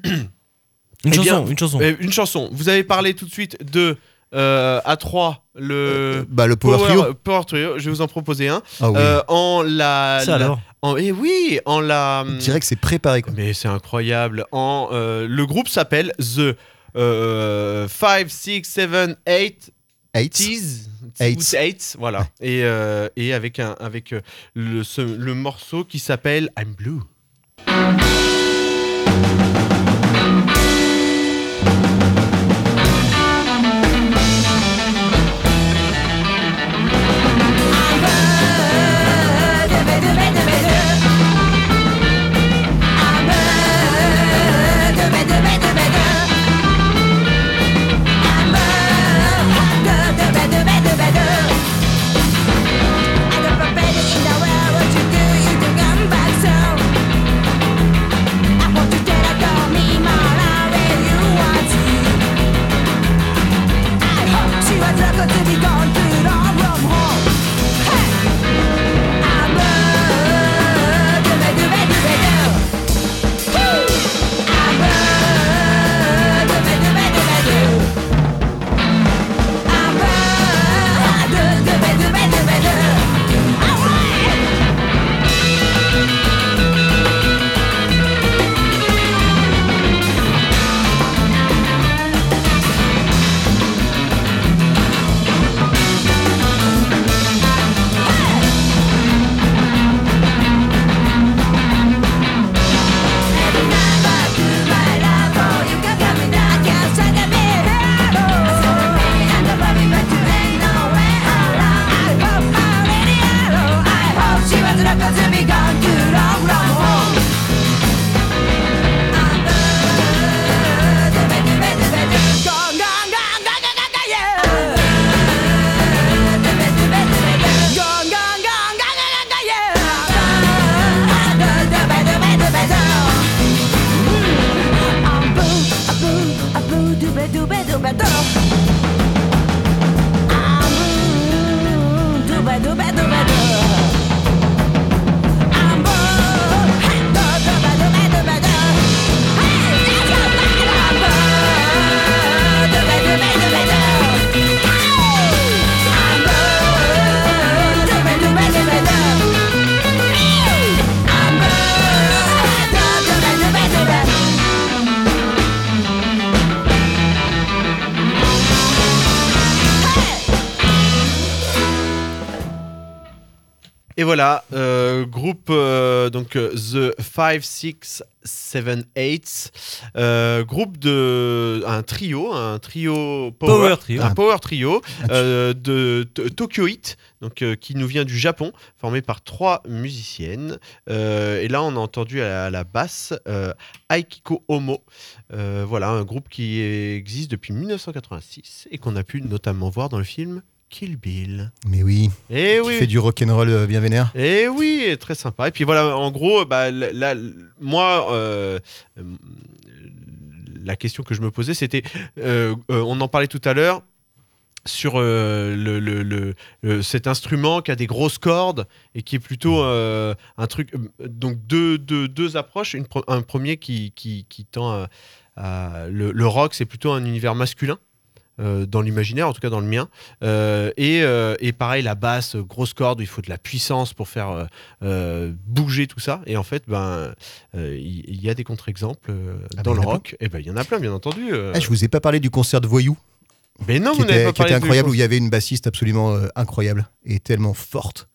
Speaker 6: Eh bien,
Speaker 8: chanson, une chanson.
Speaker 6: euh, une chanson. Vous avez parlé tout de suite de euh, A3, le
Speaker 8: Euh,
Speaker 7: bah, le Power, Trio.
Speaker 6: Power Trio. Je vais vous en proposer un.
Speaker 7: Ah oui.
Speaker 6: Euh, en la.
Speaker 8: Ça
Speaker 6: la-
Speaker 8: alors
Speaker 6: en- eh oui, en la.
Speaker 7: Je dirais que c'est préparé. Quoi.
Speaker 6: Mais c'est incroyable. En, euh, le groupe s'appelle The euh, 5, 6, 7, 8
Speaker 7: Eight.
Speaker 6: Tease.
Speaker 7: Eight.
Speaker 6: Ou Eight, voilà. Et, euh, et avec, un, avec euh, le, ce- le morceau qui s'appelle I'm Blue.
Speaker 10: To be gone to the wrong home. Hey! I'm a do ba do ba do ba do. I'm a do ba do ba do ba do. I'm a do do ba do ba do ba do. Alright. Yeah. I'm blue, I'm blue, I'm blue, dooba dooba dooba doo. I'm blue, dooba dooba dooba doo. I'm blue, hey, doo- dooba dooba dooba doo. Hey, that's your body. I'm blue, dooba dooba dooba doo. Hey, I'm blue, dooba dooba dooba doo. Hey, I'm blue, doo- dooba dooba dooba doo.
Speaker 6: Et voilà, euh, groupe euh, donc euh, The 5, 6, 7, 8. euh, groupe de. Un trio, un trio.
Speaker 8: Power trio.
Speaker 6: Un power trio
Speaker 8: (laughs)
Speaker 6: euh, de T- Tokyo Heat, donc, euh, qui nous vient du Japon, formé par trois musiciennes. Euh, et là, on a entendu à la, à la basse euh, Aikiko Homo. Euh, voilà, un groupe qui existe depuis 1986 et qu'on a pu notamment voir dans le film Kill Bill.
Speaker 7: Mais oui,
Speaker 6: Et
Speaker 7: qui
Speaker 6: Eh oui!
Speaker 7: fait du rock'n'roll euh, bien vénère.
Speaker 6: Et Eh oui, et très sympa. Et puis voilà, en gros, bah, l- là, l- moi, euh, euh, la question que je me posais, c'était, euh, euh, on en parlait tout à l'heure sur euh, le, le- le- le- cet instrument qui a des grosses cordes et qui est plutôt euh, un truc euh, donc deux, deux, deux approches une pro- un premier qui, qui, qui tend à, à- le, le rock, c'est plutôt un univers masculin. euh, dans l'imaginaire, en tout cas dans le mien. Euh, et, euh, et pareil, la basse, grosse corde, où il faut de la puissance pour faire euh, euh, bouger tout ça. Et en fait, ben, euh, il il y, a des contre-exemples euh,
Speaker 7: Ah,
Speaker 6: dans le
Speaker 7: ben, il y en a plein.
Speaker 6: rock. Et ben, il y en a plein, bien entendu. euh.
Speaker 7: Ah, je vous ai pas parlé du concert de Voyou,
Speaker 6: Mais non,
Speaker 7: qui
Speaker 6: vous n'avez
Speaker 7: était,
Speaker 6: pas
Speaker 7: qui
Speaker 6: parlé
Speaker 7: était incroyable, où
Speaker 6: de...
Speaker 7: il y avait une bassiste absolument euh, incroyable et tellement forte.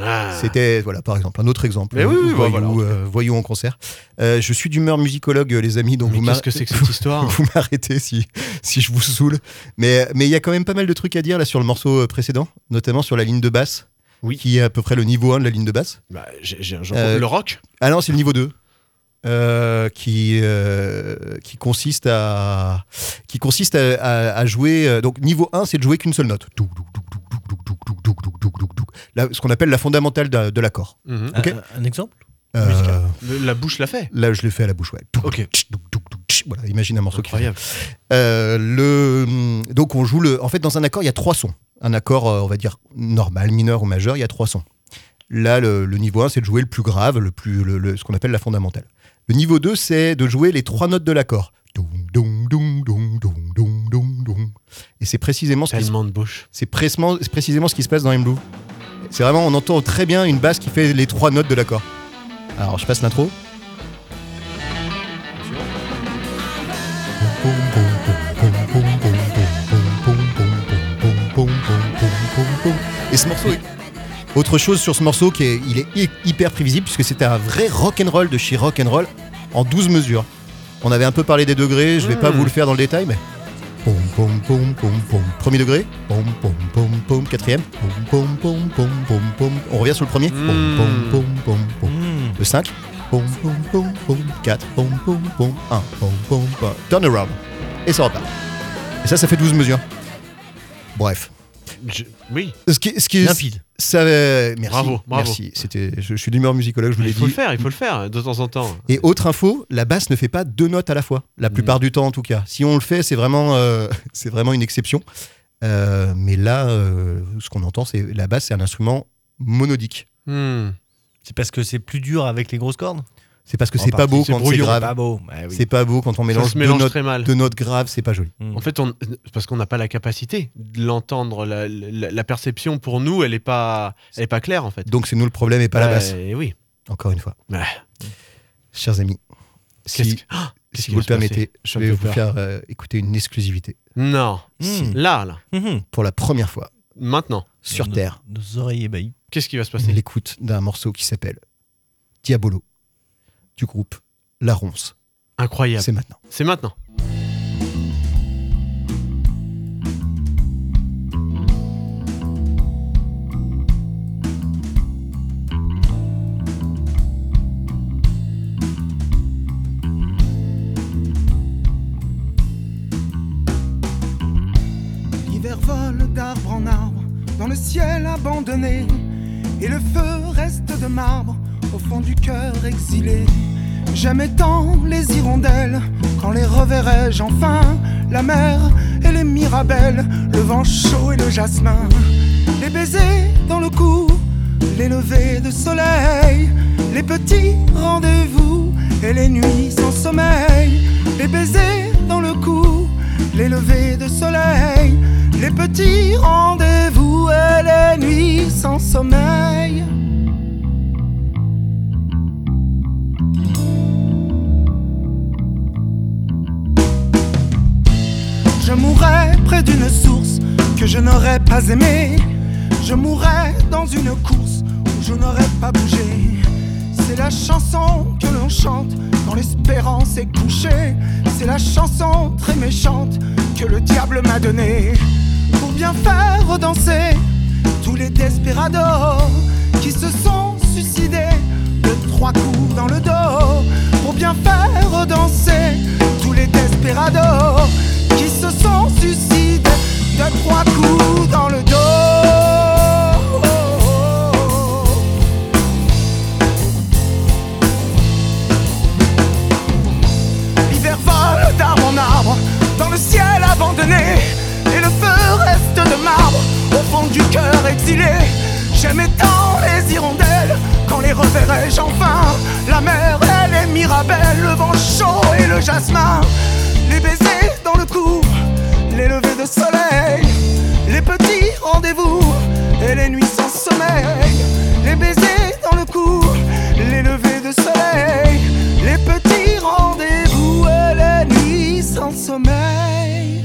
Speaker 6: Ah.
Speaker 7: C'était, voilà, par exemple, un autre exemple.
Speaker 6: Mais oui, oui,
Speaker 7: voyou,
Speaker 6: bah, voilà, en
Speaker 7: euh, Voyou en concert. Euh, je suis d'humeur musicologue, euh, les amis, donc
Speaker 6: Mais
Speaker 7: vous
Speaker 6: qu'est-ce que
Speaker 7: m'arrêtez.
Speaker 6: c'est que (laughs)
Speaker 7: (laughs)
Speaker 6: cette histoire hein
Speaker 7: Vous m'arrêtez si, si je vous saoule. Mais mais il y a quand même pas mal de trucs à dire là sur le morceau euh, précédent, notamment sur la ligne de basse,
Speaker 6: Oui.
Speaker 7: qui est à peu près le niveau 1 de la ligne de basse.
Speaker 6: Bah, j'ai- j'ai- j'en-
Speaker 7: Euh,
Speaker 6: Le rock
Speaker 7: Ah non, c'est le niveau 2. euh, qui, euh, qui consiste à, qui consiste à, à- à jouer. euh, donc, niveau 1, c'est de jouer qu'une seule note. Douk, douk, douk, douk, douk, douk, douk, douk, douk, douk, douk, douk, douk. Là, ce qu'on appelle la fondamentale de, de l'accord.
Speaker 6: Mhm.
Speaker 7: Ok.
Speaker 9: Un, un exemple
Speaker 7: Euh,
Speaker 6: Musical. Le- La bouche l'a fait.
Speaker 7: là, je l'ai fait à la bouche. Ouais. Douk,
Speaker 6: Ok.
Speaker 7: tch, douk, douk, douk, tch. Voilà, imagine un morceau qui fait
Speaker 6: Incroyable.
Speaker 7: euh, le, hum, donc on joue le. En fait, dans un accord, il y a trois sons. Un accord, euh, on va dire normal, mineur ou majeur, il y a trois sons. Là, le, le niveau 1, c'est de jouer le plus grave, le plus, le- le- ce qu'on appelle la fondamentale. Le niveau 2, c'est de jouer les trois notes de l'accord. Doum, doum, doum, doum, doum, doum, doum, doum. Et c'est précisément ce qui se
Speaker 6: Tellement de bouche.
Speaker 7: c'est précisément, c'est précisément ce qui se passe dans M Blue. C'est vraiment, on entend très bien une basse qui fait les trois notes de l'accord. Alors, je passe l'intro. Et ce morceau est- Autre chose sur ce morceau, qui est, il est hy- hyper prévisible puisque c'était un vrai rock'n'roll de chez rock'n'roll en 12 mesures. On avait un peu parlé des degrés, je vais pas
Speaker 6: Mm.
Speaker 7: vous le faire dans le détail, mais Pom, pom, pom, pom, pom. Premier degré. Pom, pom, pom, pom. Quatrième. Pom, pom, pom, pom, pom, pom. On revient sur le premier. Pom,
Speaker 6: Mm.
Speaker 7: pom, pom, pom, pom.
Speaker 9: Hmm.
Speaker 7: Le 5. Pom, pom, pom, pom. 4. Pom, pom, pom. 1. Pom, pom, pom. Turn around. Et ça repart. Et ça, ça fait 12 mesures. Bref.
Speaker 6: Je- Oui,
Speaker 7: Ce qui, ce qui
Speaker 9: Limpide.
Speaker 7: Ça, euh, merci.
Speaker 6: Bravo, bravo.
Speaker 7: Merci. C'était, je, je suis d'humeur musicologue, je vous
Speaker 6: il
Speaker 7: l'ai
Speaker 6: faut le
Speaker 7: dit.
Speaker 6: faire, il faut le faire de temps en temps.
Speaker 7: Et autre info, la basse ne fait pas deux notes à la fois,
Speaker 6: Mm.
Speaker 7: la plupart du temps en tout cas. Si on le fait, c'est vraiment, euh, (laughs) c'est vraiment une exception. Euh, mais là, euh, ce qu'on entend, c'est la basse, c'est un instrument monodique.
Speaker 6: Hmm.
Speaker 9: C'est parce que c'est plus dur avec les grosses cordes
Speaker 7: C'est parce que
Speaker 9: En
Speaker 7: c'est pas
Speaker 9: partie,
Speaker 7: beau
Speaker 6: c'est
Speaker 7: quand c'est
Speaker 6: brouillon, bah
Speaker 7: grave.
Speaker 9: Pas beau. Ah oui.
Speaker 7: C'est pas beau quand
Speaker 6: Ça
Speaker 7: on mélange,
Speaker 6: se mélange
Speaker 7: deux, notes,
Speaker 6: très mal.
Speaker 7: deux notes graves, c'est pas joli.
Speaker 9: Hmm.
Speaker 6: En fait, on, parce qu'on n'a pas la capacité de l'entendre, la, la- la perception pour nous, elle n'est pas, elle est pas claire en fait.
Speaker 7: Donc c'est nous le problème et pas la
Speaker 6: Euh,
Speaker 7: basse,
Speaker 6: oui.
Speaker 7: encore une fois.
Speaker 6: Ouais.
Speaker 7: Chers amis,
Speaker 6: Qu'est-ce
Speaker 7: si,
Speaker 6: que- (gasps) Ah, qu'est-ce
Speaker 7: si
Speaker 6: qui
Speaker 7: vous
Speaker 6: va
Speaker 7: le
Speaker 6: se passer
Speaker 7: permettez, je
Speaker 6: Ça me
Speaker 7: vais
Speaker 6: fait
Speaker 7: vous
Speaker 6: peur.
Speaker 7: faire euh, écouter une exclusivité.
Speaker 6: Non. Hmm.
Speaker 9: Si.
Speaker 6: Là, là,
Speaker 9: Mhm.
Speaker 7: Pour la première fois
Speaker 6: maintenant.
Speaker 7: sur
Speaker 9: Nos-
Speaker 7: Terre,
Speaker 9: Nos oreilles ébahies.
Speaker 6: Qu'est-ce qui va se
Speaker 7: c'est
Speaker 6: passer
Speaker 7: l'écoute d'un morceau qui s'appelle Diabolo du groupe La Ronce.
Speaker 6: Incroyable.
Speaker 7: C'est maintenant.
Speaker 6: C'est maintenant.
Speaker 8: L'hiver vole d'arbre en arbre dans le ciel abandonné Et le feu reste de marbre au fond du cœur exilé J'aimais tant les hirondelles, quand les reverrai-je enfin La mer et les mirabelles, le vent chaud et le jasmin Les baisers dans le cou, les levées de soleil Les petits rendez-vous et les nuits sans sommeil Les baisers dans le cou, les levées de soleil, les petits rendez-vous et les nuits sans sommeil. Je mourrais près d'une source que je n'aurais pas aimée. Je mourrais dans une course où je n'aurais pas bougé. C'est la chanson que l'on chante quand l'espérance est couchée. C'est la chanson très méchante que le diable m'a donnée. Pour bien faire danser tous les desperados qui se sont suicidés de trois coups dans le dos. Pour bien faire danser tous les desperados qui se sont suicidés de trois coups dans le dos. L'hiver vole d'arbre en arbre dans le ciel abandonné Et le feu reste de marbre au fond du cœur exilé J'aimais tant les hirondelles quand les reverrai-je enfin La mer et les mirabelles, le vent chaud et le jasmin
Speaker 11: sommeil.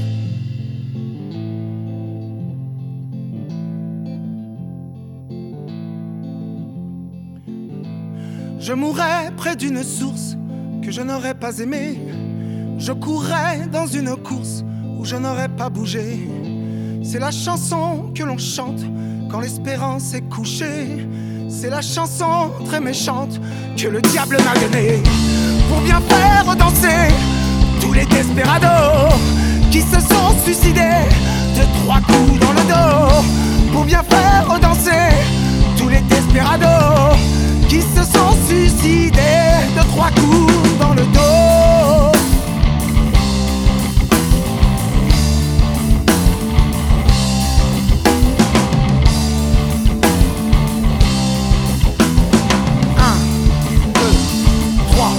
Speaker 11: Je mourrais près d'une source que je n'aurais pas aimée. Je courrais dans une course où je n'aurais pas bougé. C'est la chanson que l'on chante quand l'espérance est couchée. C'est la chanson très méchante que le diable m'a donnée pour bien faire danser tous les desperados qui se sont suicidés de trois coups dans le dos pour bien faire danser tous les desperados qui se sont suicidés de trois coups dans le dos. Un, deux, trois.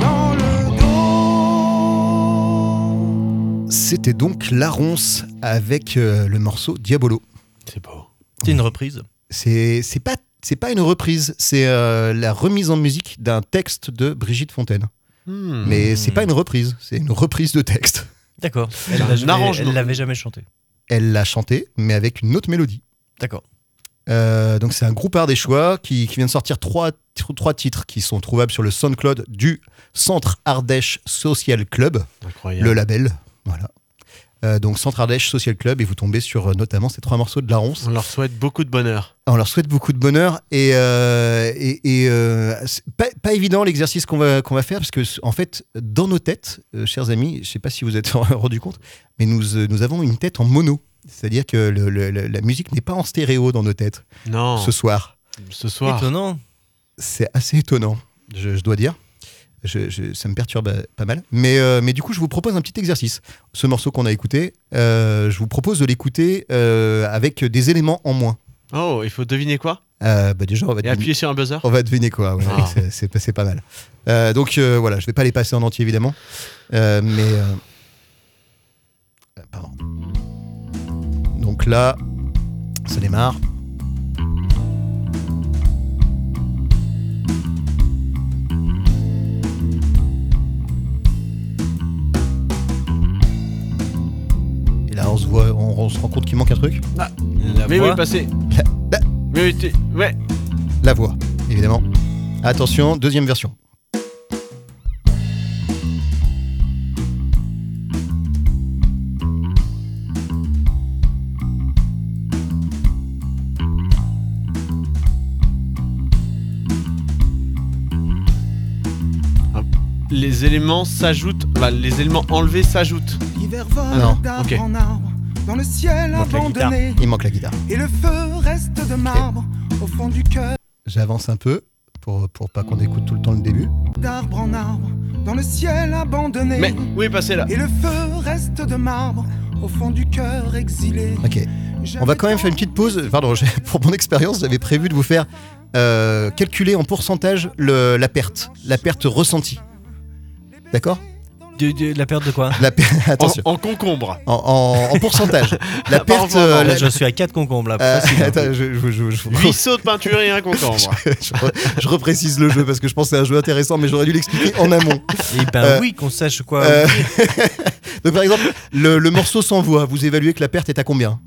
Speaker 11: Dans le dos.
Speaker 7: C'était donc La Ronce avec euh, le morceau Diabolo.
Speaker 6: C'est beau.
Speaker 8: C'est une reprise.
Speaker 7: C'est c'est pas c'est pas une reprise, c'est euh, la remise en musique d'un texte de Brigitte Fontaine.
Speaker 6: Hmm.
Speaker 7: Mais c'est pas une reprise, c'est une reprise de texte.
Speaker 8: D'accord.
Speaker 6: C'est
Speaker 8: Elle
Speaker 6: un
Speaker 8: l'a jamais-
Speaker 6: arrangement.
Speaker 8: elle l'avait jamais chanté.
Speaker 7: Elle l'a chanté, mais avec une autre mélodie.
Speaker 8: D'accord.
Speaker 7: Euh, donc c'est un groupe art des choix qui, qui vient de sortir trois, trois titres qui sont trouvables sur le SoundCloud du Centre Ardèche Social Club.
Speaker 6: Incroyable.
Speaker 7: le label. Voilà. Euh, donc Centre Ardèche Social Club et vous tombez sur euh, notamment ces trois morceaux de la ronce.
Speaker 6: On leur souhaite beaucoup de bonheur.
Speaker 7: On leur souhaite beaucoup de bonheur et, euh, et, et, euh, c'est pas, pas évident l'exercice qu'on va, qu'on va faire parce que en fait dans nos têtes, euh, chers amis, je sais pas si vous êtes (laughs) rendu compte, mais nous, euh, nous avons une tête en mono. C'est-à-dire que le- le- le- la musique n'est pas en stéréo dans nos têtes
Speaker 6: Non,
Speaker 7: ce
Speaker 6: ce,
Speaker 7: soir.
Speaker 6: soir.
Speaker 8: Étonnant.
Speaker 7: C'est assez étonnant, je, je dois dire. Je- je- ça me perturbe euh, pas mal. Mais, euh, mais du coup, je vous propose un petit exercice. Ce morceau qu'on a écouté, euh, je vous propose de l'écouter euh, avec des éléments en moins.
Speaker 6: Oh, il faut deviner quoi
Speaker 7: Euh, bah déjà, on va
Speaker 6: Et
Speaker 7: deviner,
Speaker 6: appuyer sur un buzzer
Speaker 7: on va deviner quoi. ouais,
Speaker 6: Ah.
Speaker 7: c'est- C'est pas- c'est pas mal. Euh, donc euh, voilà, je vais pas les passer en entier, évidemment. Euh, mais. euh, euh, Pardon. Donc là, ça démarre. Et là, on se voit, on, on se rend compte qu'il manque un truc.
Speaker 6: Mais
Speaker 8: voix.
Speaker 6: oui, passez.
Speaker 7: La-
Speaker 6: Mais oui, tu- ouais.
Speaker 7: La voix, évidemment. Attention, deuxième version.
Speaker 6: Les éléments s'ajoutent. Bah, les éléments enlevés s'ajoutent.
Speaker 11: L'hiver vole
Speaker 7: Ah non,
Speaker 11: d'arbre
Speaker 6: ok.
Speaker 11: en arbre dans le ciel
Speaker 3: Manque la
Speaker 11: abandonné
Speaker 7: Il manque la guitare.
Speaker 11: et le feu reste de marbre au fond du cœur
Speaker 7: J'avance un peu pour, pour pas qu'on écoute tout le temps le début.
Speaker 11: d'arbre en arbre dans le ciel abandonné
Speaker 6: Mais oui, passez là.
Speaker 11: et le feu reste de marbre au fond du cœur exilé.
Speaker 7: Ok. On va quand même faire une petite pause. Pardon, j'ai- (laughs) pour mon expérience, j'avais prévu de vous faire euh, calculer en pourcentage le- la perte, la perte ressentie. D'accord
Speaker 8: De, de- la perte de quoi
Speaker 7: La per- (laughs)
Speaker 6: En,
Speaker 7: Attention.
Speaker 6: en concombre.
Speaker 7: En, en- en
Speaker 8: (laughs)
Speaker 7: pourcentage. La
Speaker 6: Pas en
Speaker 7: perte.
Speaker 6: moment,
Speaker 7: euh,
Speaker 8: Là,
Speaker 7: la-
Speaker 8: je suis à 4 concombres là.
Speaker 7: euh,
Speaker 8: facile, hein.
Speaker 7: attends, je, je- je- je-
Speaker 6: Ruisseau de peinture et un
Speaker 7: (laughs)
Speaker 6: concombre.
Speaker 7: je re- je reprécise le jeu parce que je pense que c'est un jeu intéressant, mais j'aurais dû l'expliquer en amont.
Speaker 8: Eh ben
Speaker 7: euh,
Speaker 8: oui, qu'on sache quoi.
Speaker 7: Euh, (laughs) Donc, par exemple, le, le morceau sans voix, vous évaluez que la perte est à combien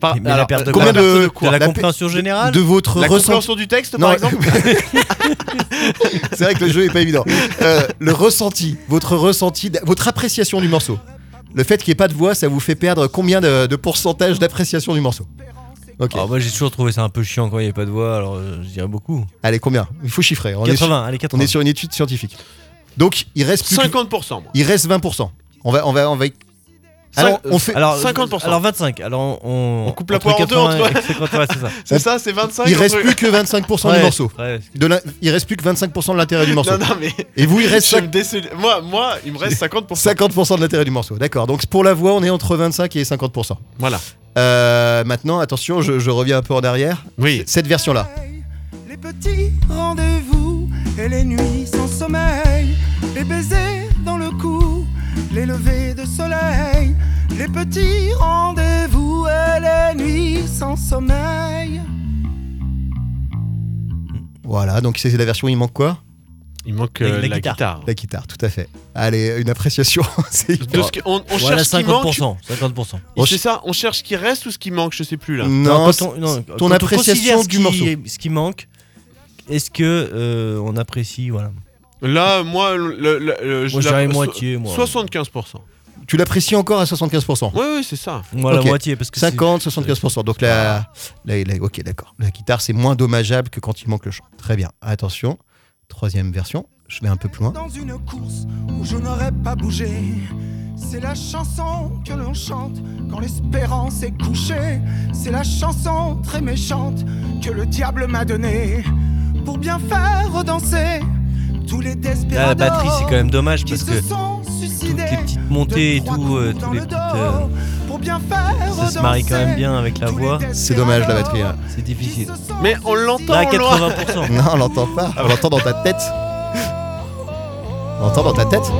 Speaker 6: Par-
Speaker 8: Mais la
Speaker 6: alors,
Speaker 8: perte de
Speaker 7: combien
Speaker 8: quoi
Speaker 7: de-
Speaker 8: De la
Speaker 7: la-
Speaker 8: compréhension générale
Speaker 7: De votre
Speaker 6: La
Speaker 7: ressenti.
Speaker 6: compréhension du texte,
Speaker 7: Non,
Speaker 6: par exemple
Speaker 7: (laughs) c'est vrai que le jeu est pas évident. Euh, le ressenti, votre ressenti, d- votre appréciation du morceau. Le fait qu'il n'y ait pas de voix, ça vous fait perdre combien de, de pourcentage d'appréciation du morceau Ok.
Speaker 8: Ah, moi j'ai toujours trouvé ça un peu chiant quand il n'y avait pas de voix, alors euh, je dirais beaucoup.
Speaker 7: Allez, combien Il faut chiffrer. On, est sur,
Speaker 8: 80, allez
Speaker 7: on
Speaker 8: 80.
Speaker 7: est sur une étude scientifique. Donc, il reste plus que-
Speaker 6: 50%. moi.
Speaker 7: il reste 20%. On va, on va, on va. Alors,
Speaker 6: Cinq-
Speaker 7: on fait.
Speaker 8: Alors
Speaker 6: 50%.
Speaker 8: Alors 25. Alors on,
Speaker 6: On coupe la poire en deux,
Speaker 8: 80
Speaker 6: entre-
Speaker 8: et 50, ouais,
Speaker 6: (laughs)
Speaker 8: c'est ça.
Speaker 6: C'est ça, c'est 25
Speaker 7: il reste
Speaker 6: entre-
Speaker 7: plus que 25%
Speaker 8: Ouais,
Speaker 7: du morceau.
Speaker 8: ouais.
Speaker 7: De l'in- il reste plus que 25% de
Speaker 8: (laughs)
Speaker 7: l'intérêt du morceau.
Speaker 6: Non, non, mais.
Speaker 7: Et vous, il reste
Speaker 6: Je
Speaker 7: cinq-
Speaker 6: me décide. Moi, moi, il me reste 50%.
Speaker 7: 50% de l'intérêt du morceau. D'accord. Donc pour la voix, on est entre 25 et 50%.
Speaker 6: Voilà.
Speaker 7: Euh, maintenant, attention, je, je reviens un peu en arrière.
Speaker 6: Oui.
Speaker 7: Cette version-là.
Speaker 11: Les petits rendez-vous et les nuits sans sommeil, les baisers dans le cou, les levées de soleil, les petits rendez-vous et les nuits sans sommeil.
Speaker 7: Voilà. Donc c'est la version. Il manque quoi
Speaker 6: Il manque
Speaker 8: La-
Speaker 6: euh,
Speaker 8: la
Speaker 6: la,
Speaker 8: guitare.
Speaker 6: guitare.
Speaker 7: La guitare, tout à fait. Allez, une appréciation. (laughs) c'est
Speaker 6: De ce qui- on on
Speaker 8: Voilà,
Speaker 6: cherche ce qui manque.
Speaker 8: 50%. 50%.
Speaker 7: On
Speaker 6: C'est
Speaker 7: ch-
Speaker 6: ça, on cherche ce qui reste ou ce qui manque, je sais plus là.
Speaker 7: Non,
Speaker 8: quand on- non, quand
Speaker 7: ton
Speaker 8: on
Speaker 7: appréciation
Speaker 8: considère ce
Speaker 7: du
Speaker 8: qui-
Speaker 7: morceau.
Speaker 8: Ce qui manque, est-ce que euh, on apprécie voilà.
Speaker 6: Là, moi, le, le- le- je
Speaker 8: Moi,
Speaker 6: la-
Speaker 8: j'aurais
Speaker 6: so-
Speaker 8: moitié, moi. hein.
Speaker 6: 75%.
Speaker 7: tu l'apprécies encore à 75%.
Speaker 6: Ouais, ouais, c'est ça.
Speaker 8: Moi, la
Speaker 7: Ok.
Speaker 8: moitié, parce que c'est- Ah.
Speaker 7: 50, 75%. Donc la, la- la- ok, d'accord. La guitare, c'est moins dommageable que quand il manque le chant. Très bien. Attention, troisième version. Je vais un peu plus loin.
Speaker 11: Dans une course où je n'aurais pas bougé, c'est la chanson que l'on chante quand l'espérance est couchée. C'est la chanson très méchante que le diable m'a donnée pour bien faire danser tous les
Speaker 8: Là, Ah, la
Speaker 11: despérados.
Speaker 8: batterie, c'est quand même dommage
Speaker 11: qui
Speaker 8: parce
Speaker 11: se
Speaker 8: que
Speaker 11: sont
Speaker 8: toutes
Speaker 11: suicidés
Speaker 8: les petites
Speaker 11: de
Speaker 8: montées et
Speaker 11: trois
Speaker 8: tout,
Speaker 11: coups
Speaker 8: euh,
Speaker 11: dans
Speaker 8: tous les
Speaker 11: le
Speaker 8: petites,
Speaker 11: dos pour bien faire
Speaker 8: ça se marie quand même
Speaker 11: danser
Speaker 8: bien avec la
Speaker 11: tous les
Speaker 8: voix.
Speaker 7: C'est dommage la
Speaker 11: despérados
Speaker 7: batterie. hein. là.
Speaker 8: C'est
Speaker 11: qui
Speaker 8: difficile.
Speaker 11: se sont
Speaker 6: Mais on l'entend,
Speaker 8: Là,
Speaker 11: suicidés.
Speaker 6: on
Speaker 8: 80%.
Speaker 7: (laughs) Non, on l'entend pas. On l'entend dans ta tête. On l'entend dans ta tête.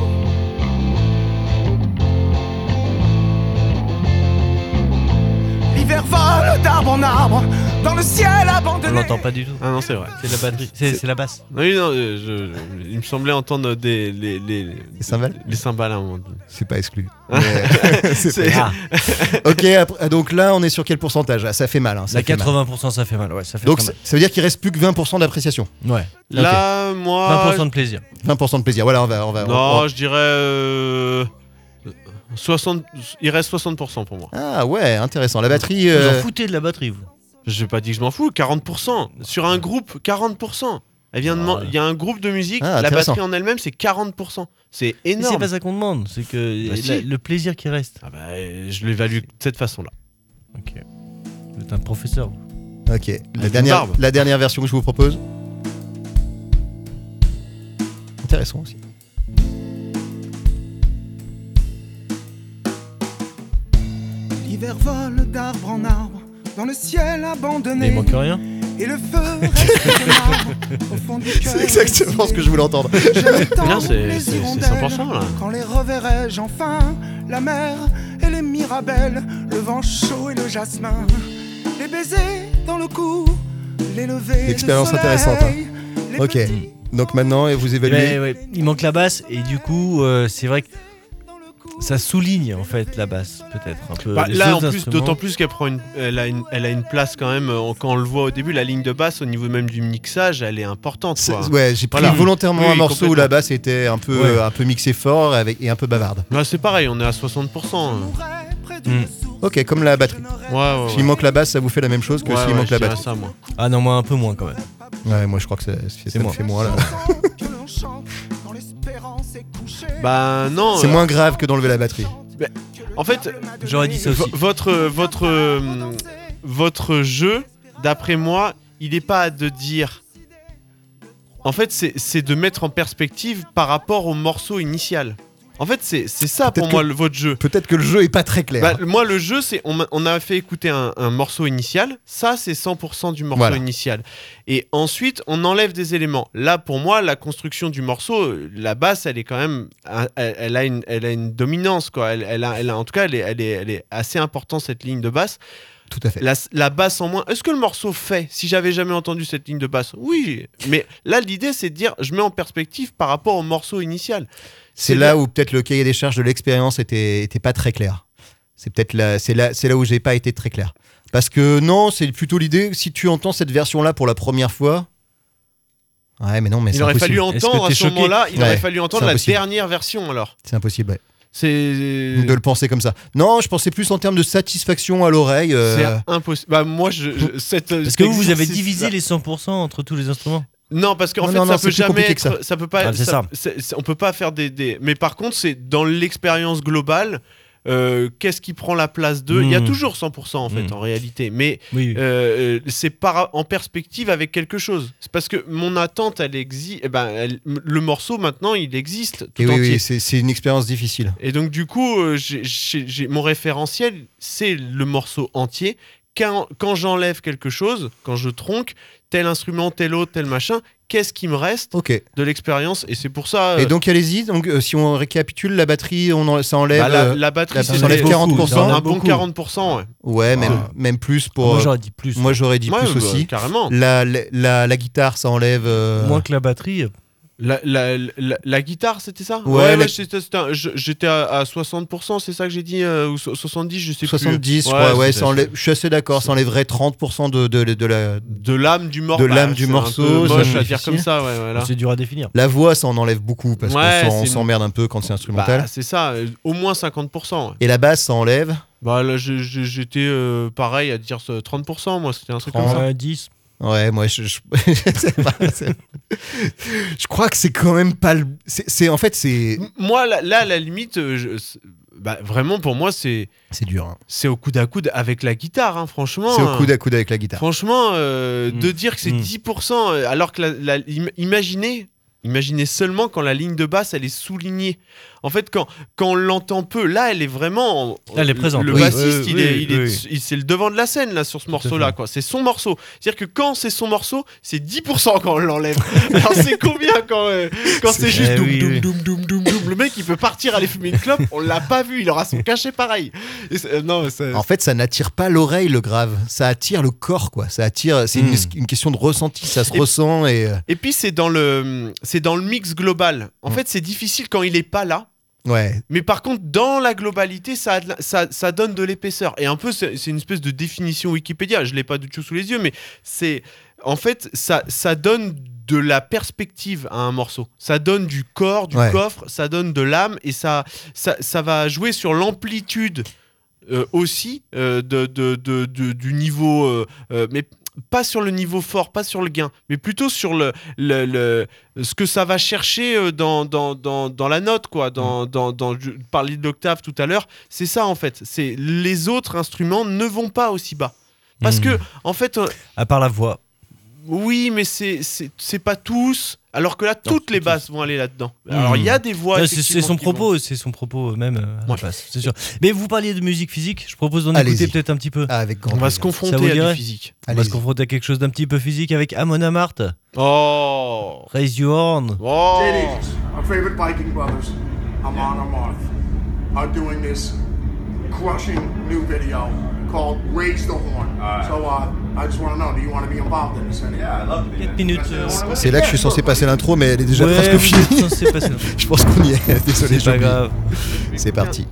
Speaker 11: L'hiver vole d'arbre en arbre dans le ciel
Speaker 8: On
Speaker 11: abandonné.
Speaker 8: l'entend pas du tout.
Speaker 6: Ah non, c'est vrai.
Speaker 8: C'est la batterie. C'est c'est la basse.
Speaker 6: Oui, non, euh, je- je- il me semblait entendre des, les, les,
Speaker 7: Les cymbales
Speaker 6: les cymbales à un moment donné. Ah,
Speaker 7: C'est pas exclu. Mais- (laughs) c'est
Speaker 6: C'est-
Speaker 7: pas- ok, après- euh, donc là, on est sur quel pourcentage Ah, Ça fait mal. hein, ça
Speaker 8: La
Speaker 7: fait mal.
Speaker 8: 80%, ça fait mal. Ouais, ça fait
Speaker 7: Donc
Speaker 8: très
Speaker 7: ça
Speaker 8: mal.
Speaker 7: ça veut dire qu'il reste plus que 20% d'appréciation.
Speaker 8: Ouais.
Speaker 6: Là, moi.
Speaker 8: 20% de plaisir.
Speaker 7: 20% de plaisir. Voilà, on va. On va on-
Speaker 6: Non, je dirais. euh, 60, il reste 60% pour moi.
Speaker 7: Ah ouais, intéressant. La batterie.
Speaker 8: Vous
Speaker 7: euh,
Speaker 8: en foutez de la batterie, vous.
Speaker 6: J'ai pas dit que je m'en fous, 40%. Sur un groupe, 40%. Elle vient de
Speaker 8: Ah
Speaker 6: man- Il y a un groupe de musique,
Speaker 7: Ah,
Speaker 6: la
Speaker 7: intéressant.
Speaker 6: batterie en elle-même, c'est 40%. C'est
Speaker 8: Mais C'est
Speaker 6: énorme.
Speaker 8: pas ça qu'on demande, c'est que
Speaker 6: Bah,
Speaker 8: la-
Speaker 6: si.
Speaker 8: le plaisir qui reste.
Speaker 6: Ah bah, euh, je l'évalue de cette façon-là.
Speaker 8: Ok. Vous êtes un professeur. vous.
Speaker 7: Ok, la
Speaker 6: une
Speaker 7: dernière,
Speaker 6: barbe.
Speaker 7: la dernière version que je vous propose. Intéressant aussi. (laughs)
Speaker 11: L'hiver vole d'arbre en arbre dans le ciel
Speaker 8: Mais
Speaker 11: abandonné.
Speaker 8: il manque rien.
Speaker 11: Et le feu reste de l'arbre au fond du cœur.
Speaker 7: C'est exactement ce que je voulais entendre.
Speaker 11: J'aime tant
Speaker 6: Bien, c'est-
Speaker 11: les
Speaker 6: c'est- c'est
Speaker 11: hirondelles.
Speaker 6: 100%, là.
Speaker 11: Quand les reverrai-je enfin La mer et les mirabelles, le vent chaud et le jasmin. Les baisers dans le cou, les levées. de
Speaker 7: Expérience
Speaker 11: soleil,
Speaker 7: intéressante, hein.
Speaker 11: les
Speaker 7: Ok,
Speaker 11: petits
Speaker 7: donc maintenant, et vous
Speaker 8: Ouais,
Speaker 7: évaluez.
Speaker 8: ouais. Il manque la basse et du coup, euh, c'est vrai que
Speaker 11: dans le cou.
Speaker 8: ça souligne en fait la basse, peut-être un peu.
Speaker 6: Bah,
Speaker 8: Euh, Les
Speaker 6: là, en
Speaker 8: autres
Speaker 6: plus,
Speaker 8: instruments-
Speaker 6: d'autant plus qu'elle prend une, elle a une, elle a une place quand même. euh, Quand on le voit au début, la ligne de basse, au niveau même du mixage, elle est importante.
Speaker 7: C'est-
Speaker 6: quoi.
Speaker 7: Ouais, j'ai pris
Speaker 6: Voilà.
Speaker 7: volontairement
Speaker 6: Oui,
Speaker 7: un morceau où
Speaker 6: complètement.
Speaker 7: la basse était un peu, euh,
Speaker 8: Ouais.
Speaker 7: un peu mixée fort avec, et un peu bavarde.
Speaker 6: Bah, c'est pareil, on est à
Speaker 11: Je
Speaker 6: 60%.
Speaker 11: mourrai près d'une
Speaker 8: Hmm.
Speaker 11: source,
Speaker 7: Ok, comme la batterie.
Speaker 11: je
Speaker 6: Ouais, ouais,
Speaker 7: S'il
Speaker 6: ouais.
Speaker 7: manque la basse, ça vous fait la même chose que
Speaker 6: Ouais,
Speaker 7: s'il
Speaker 6: ouais,
Speaker 7: manque
Speaker 6: je
Speaker 7: la
Speaker 6: dirais
Speaker 7: batterie.
Speaker 6: ça, moi.
Speaker 8: Ah non, moi un peu moins quand même.
Speaker 7: Ouais, moi je crois que ça, ça me
Speaker 8: moi.
Speaker 7: fait
Speaker 6: (laughs)
Speaker 7: moins là.
Speaker 11: que l'on chante quand l'espérance est couchée.
Speaker 6: Bah non.
Speaker 7: C'est
Speaker 6: euh,
Speaker 7: moins grave que d'enlever la batterie.
Speaker 6: En fait,
Speaker 8: J'aurais dit ça
Speaker 6: vo-
Speaker 8: aussi.
Speaker 6: votre euh, votre euh, votre jeu, d'après moi, il n'est pas de dire. En fait, c'est c'est de mettre en perspective par rapport au morceau initial. En fait, c'est c'est ça
Speaker 7: Peut-être
Speaker 6: pour
Speaker 7: que-
Speaker 6: moi le- votre jeu.
Speaker 7: Peut-être que le jeu est pas très clair.
Speaker 6: Bah, moi, le jeu, c'est on, m'a- on a fait écouter un, un morceau initial. Ça, c'est 100% du morceau
Speaker 7: Voilà.
Speaker 6: initial. Et ensuite, on enlève des éléments. Là, pour moi, la construction du morceau, euh, la basse, elle est quand même, un- elle, elle a une, elle a une dominance quoi. Elle, elle a, elle a- en tout cas, elle est, elle est, elle est assez importante cette ligne de basse.
Speaker 7: Tout à fait.
Speaker 6: La, la basse en moins. Est-ce que le morceau fait Si j'avais jamais entendu cette ligne de basse, oui. Mais là, l'idée, c'est de dire, je mets en perspective par rapport au morceau initial.
Speaker 7: C'est
Speaker 6: C'est
Speaker 7: là où peut-être le cahier des charges de l'expérience était, était pas très clair. C'est peut-être là, c'est là, c'est là où j'ai pas été très clair. Parce que non, c'est plutôt l'idée. Si tu entends cette version-là pour la première fois, ouais, mais non, mais
Speaker 6: Il
Speaker 7: c'est
Speaker 6: aurait
Speaker 7: impossible.
Speaker 6: fallu
Speaker 8: Est-ce que
Speaker 6: entendre à
Speaker 8: t'es
Speaker 6: ce
Speaker 8: choqué
Speaker 6: moment-là. Il
Speaker 7: Ouais,
Speaker 6: aurait fallu entendre
Speaker 7: c'est
Speaker 6: la
Speaker 7: impossible.
Speaker 6: dernière version alors.
Speaker 7: C'est impossible ouais,
Speaker 6: C'est.
Speaker 7: de le penser comme ça. Non, je pensais plus en termes de satisfaction à l'oreille. euh,
Speaker 6: C'est impossible. Bah, moi, je. je- cette,
Speaker 8: Parce que vous, vous avez divisé les 100% entre tous les instruments.
Speaker 6: Non, parce qu'en
Speaker 7: Non,
Speaker 6: fait,
Speaker 7: non, non,
Speaker 6: ça
Speaker 7: c'est
Speaker 6: peut
Speaker 7: plus
Speaker 6: jamais
Speaker 7: compliqué
Speaker 6: être.
Speaker 7: que
Speaker 6: Ça. peut pas.
Speaker 8: Ah, c'est ça.
Speaker 6: c'est- c'est- on peut pas faire des, des- Mais par contre, c'est dans l'expérience globale. euh, Qu'est-ce qui prend la place d'eux Il y a
Speaker 8: Mm.
Speaker 6: toujours 100% en fait,
Speaker 8: Mm.
Speaker 6: en réalité. Mais
Speaker 8: Oui.
Speaker 6: euh, euh, c'est par- en perspective avec quelque chose. C'est parce que mon attente, elle existe. ben, elle- le morceau maintenant, il existe tout
Speaker 7: et oui,
Speaker 6: entier.
Speaker 7: oui, c'est c'est une expérience difficile.
Speaker 6: Et donc, du coup, euh, j'ai- j'ai- j'ai- mon référentiel, c'est le morceau entier. Quand, quand j'enlève quelque chose, quand je tronque, tel instrument, tel autre, tel machin, qu'est-ce qui me reste
Speaker 7: Ok.
Speaker 6: de l'expérience Et c'est pour ça.
Speaker 7: Et
Speaker 6: euh,
Speaker 7: donc allez-y. Donc euh, si on récapitule, la batterie, on en- ça enlève.
Speaker 6: bah, la,
Speaker 7: euh,
Speaker 6: la
Speaker 7: la-
Speaker 6: batterie,
Speaker 7: ça
Speaker 6: c'est
Speaker 7: enlève
Speaker 8: beaucoup,
Speaker 7: 40%.
Speaker 8: ça
Speaker 6: un
Speaker 8: enlève
Speaker 6: bon
Speaker 8: beaucoup.
Speaker 6: 40%. Ouais.
Speaker 7: Ouais, même,
Speaker 6: Ah.
Speaker 7: même plus pour.
Speaker 8: Moi,
Speaker 7: euh,
Speaker 8: j'aurais dit plus.
Speaker 7: Moi j'aurais dit
Speaker 6: Ouais,
Speaker 7: plus
Speaker 6: bah,
Speaker 7: aussi.
Speaker 6: Carrément.
Speaker 7: La, la, la- la guitare, ça enlève. euh,
Speaker 8: Moins que la batterie.
Speaker 6: La, la, la, la guitare, c'était ça
Speaker 7: Ouais,
Speaker 6: ouais,
Speaker 7: la-
Speaker 6: c'était- c'était un- je- j'étais à, à 60%, c'est ça que j'ai dit euh, Ou so- 70, je sais
Speaker 7: 70,
Speaker 6: plus.
Speaker 7: je crois, ouais,
Speaker 6: c'est-
Speaker 7: ça enlève- je suis assez d'accord, ça enlèverait 30% de, de, de la.
Speaker 6: De l'âme du morceau. Bah,
Speaker 7: De l'âme du
Speaker 6: C'est
Speaker 7: morceau, ça
Speaker 6: un peu moche
Speaker 7: me
Speaker 6: à
Speaker 7: fait
Speaker 6: dire comme
Speaker 7: difficile.
Speaker 6: ça, ouais, voilà.
Speaker 8: C'est dur à définir.
Speaker 7: La voix, ça en enlève beaucoup parce
Speaker 6: Ouais,
Speaker 7: qu'on s'en-
Speaker 6: c'est
Speaker 7: on
Speaker 6: une-
Speaker 7: s'emmerde un peu quand c'est instrumental.
Speaker 6: Bah, c'est ça, euh, au moins 50%. ouais.
Speaker 7: Et la basse, ça enlève.
Speaker 6: Bah, là, je- je- j'étais euh, pareil à dire ce 30%, moi, c'était un truc comme ça.
Speaker 8: Euh, 10.
Speaker 7: Ouais, moi, je. (laughs) Je, je sais pas, c'est- je crois que c'est quand même pas le. c'est- C'est en fait, c'est.
Speaker 6: M- Moi, là, là, à la limite, euh, je- c'est- bah, vraiment, pour moi, c'est
Speaker 7: C'est dur. hein.
Speaker 6: c'est au coude à coude avec la guitare, hein, franchement.
Speaker 7: C'est
Speaker 6: hein.
Speaker 7: au coude à coude avec la guitare.
Speaker 6: Franchement, euh,
Speaker 8: Mm.
Speaker 6: de dire que c'est
Speaker 8: Mm.
Speaker 6: 10%, euh, alors que la, la- im- imaginez, imaginez seulement quand la ligne de basse, elle est soulignée. En fait, quand, quand on l'entend peu, là, elle est vraiment.
Speaker 8: Là, elle est présente,
Speaker 6: Le
Speaker 8: oui.
Speaker 6: bassiste,
Speaker 8: Oui,
Speaker 6: il
Speaker 8: oui,
Speaker 6: est, il est-
Speaker 8: oui.
Speaker 6: il- c'est le devant de la scène, là, sur ce morceau-là, quoi. C'est son morceau. C'est-à-dire que quand c'est son morceau, c'est 10% quand on l'enlève. (laughs) alors, c'est combien quand, euh, quand c'est
Speaker 8: C'est-
Speaker 6: juste
Speaker 8: Eh
Speaker 6: doum,
Speaker 8: oui,
Speaker 6: doum,
Speaker 8: oui.
Speaker 6: doum, doum, doum, doum. Le mec, il peut partir aller fumer une clope, on l'a pas vu, il aura son cachet pareil. Et c'est- euh, non, mais c'est-
Speaker 7: En fait, ça n'attire pas l'oreille, le grave. Ça attire le corps, quoi. Ça attire. C'est
Speaker 8: Hmm.
Speaker 7: une, une question de ressenti. Ça se
Speaker 6: Et-
Speaker 7: ressent et. euh,
Speaker 6: Et puis c'est dans le c'est dans le mix global. En
Speaker 7: Mm.
Speaker 6: fait, c'est difficile quand il est pas là.
Speaker 7: Ouais.
Speaker 6: Mais par contre, dans la globalité, ça, a de la- ça, ça donne de l'épaisseur. Et un peu, c'est c'est une espèce de définition Wikipédia. Je l'ai pas du tout sous les yeux, mais c'est en fait ça, ça donne de la perspective à un morceau. Ça donne du corps, du
Speaker 7: Ouais.
Speaker 6: coffre, ça donne de l'âme et ça, ça ça va jouer sur l'amplitude euh, aussi euh, de, de- de- de- du niveau, euh, euh, mais pas sur le niveau fort, pas sur le gain, mais plutôt sur le, le, le- ce que ça va chercher euh, dans, dans, dans, dans la note, quoi.
Speaker 8: Mm.
Speaker 6: Dans, dans, dans, je parlais de l'octave tout à l'heure, c'est ça en fait. C'est les autres instruments ne vont pas aussi bas. Parce
Speaker 8: Mm.
Speaker 6: que, en fait, euh,
Speaker 8: À part la voix.
Speaker 6: oui, mais c'est- c'est c'est pas tous, alors que là, toutes les basses vont aller là-dedans. Alors,
Speaker 8: Mm.
Speaker 6: il y a des voix.
Speaker 8: Non, c'est- c'est
Speaker 6: effectivement,
Speaker 8: son
Speaker 6: qui vont-
Speaker 8: propos, c'est son propos euh, même. euh, à la
Speaker 6: Ouais.
Speaker 8: place, c'est sûr. Mais vous parliez de musique physique. Je propose d'en
Speaker 7: Allez-y.
Speaker 8: écouter peut-être un petit peu.
Speaker 7: Ah, avec grand
Speaker 6: On va se
Speaker 7: plaisir.
Speaker 8: Ça vous
Speaker 6: confronter à
Speaker 8: dirait
Speaker 6: du physique.
Speaker 8: On va se
Speaker 7: Allez-y.
Speaker 8: confronter à quelque chose d'un petit peu physique avec Amon Amart.
Speaker 6: Oh!
Speaker 8: Raise your horn.
Speaker 6: Oh!
Speaker 5: Our favorite Viking brothers, Amon and Marth, are doing this crushing new video called Raise the Horn. So uh, I just want to know, do you want to be involved in this? Yeah, I love
Speaker 8: 4 minutes. euh,
Speaker 7: C'est là que je suis censé passer l'intro, mais elle est déjà
Speaker 8: ouais,
Speaker 7: presque
Speaker 8: vous êtes
Speaker 7: finie. (laughs)
Speaker 6: (laughs)
Speaker 8: censé passer.
Speaker 7: je pense qu'on y est. Désolé,
Speaker 8: C'est
Speaker 7: j'ai
Speaker 8: pas
Speaker 7: oublié.
Speaker 8: grave.
Speaker 7: C'est parti.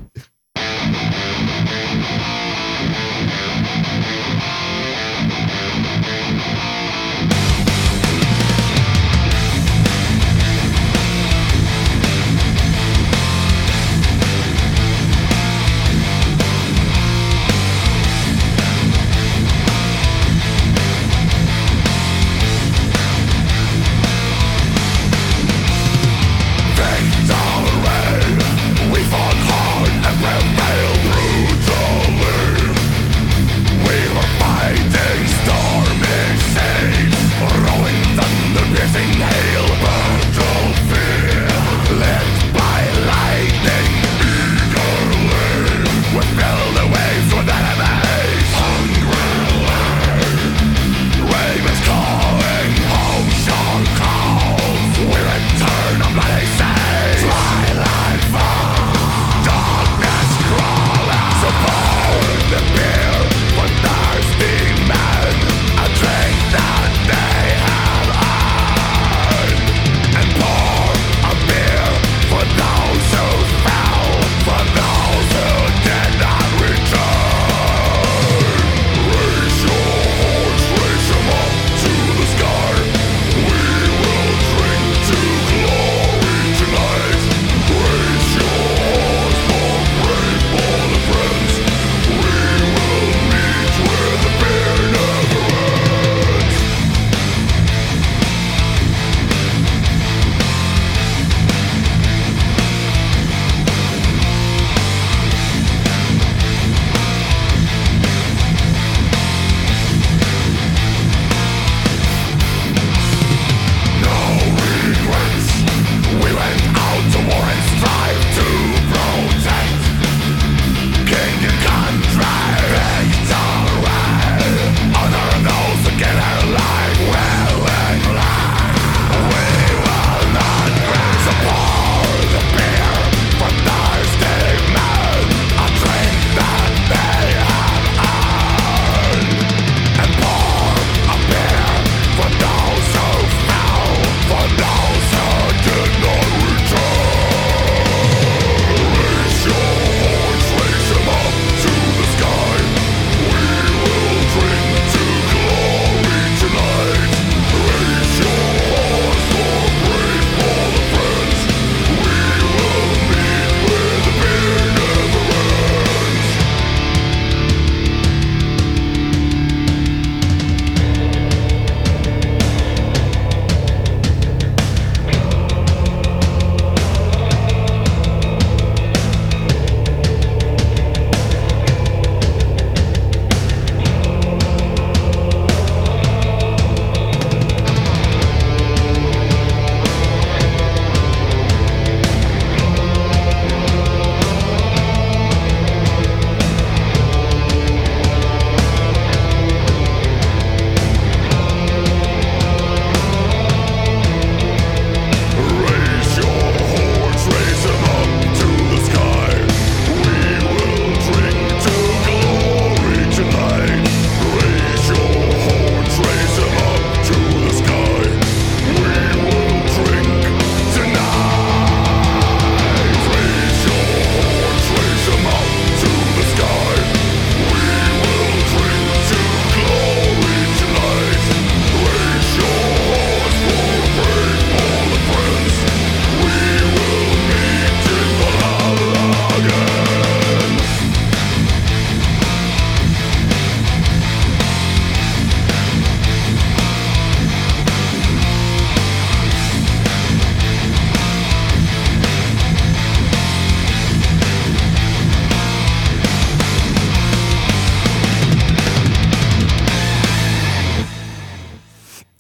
Speaker 5: Things are red. We fought hard and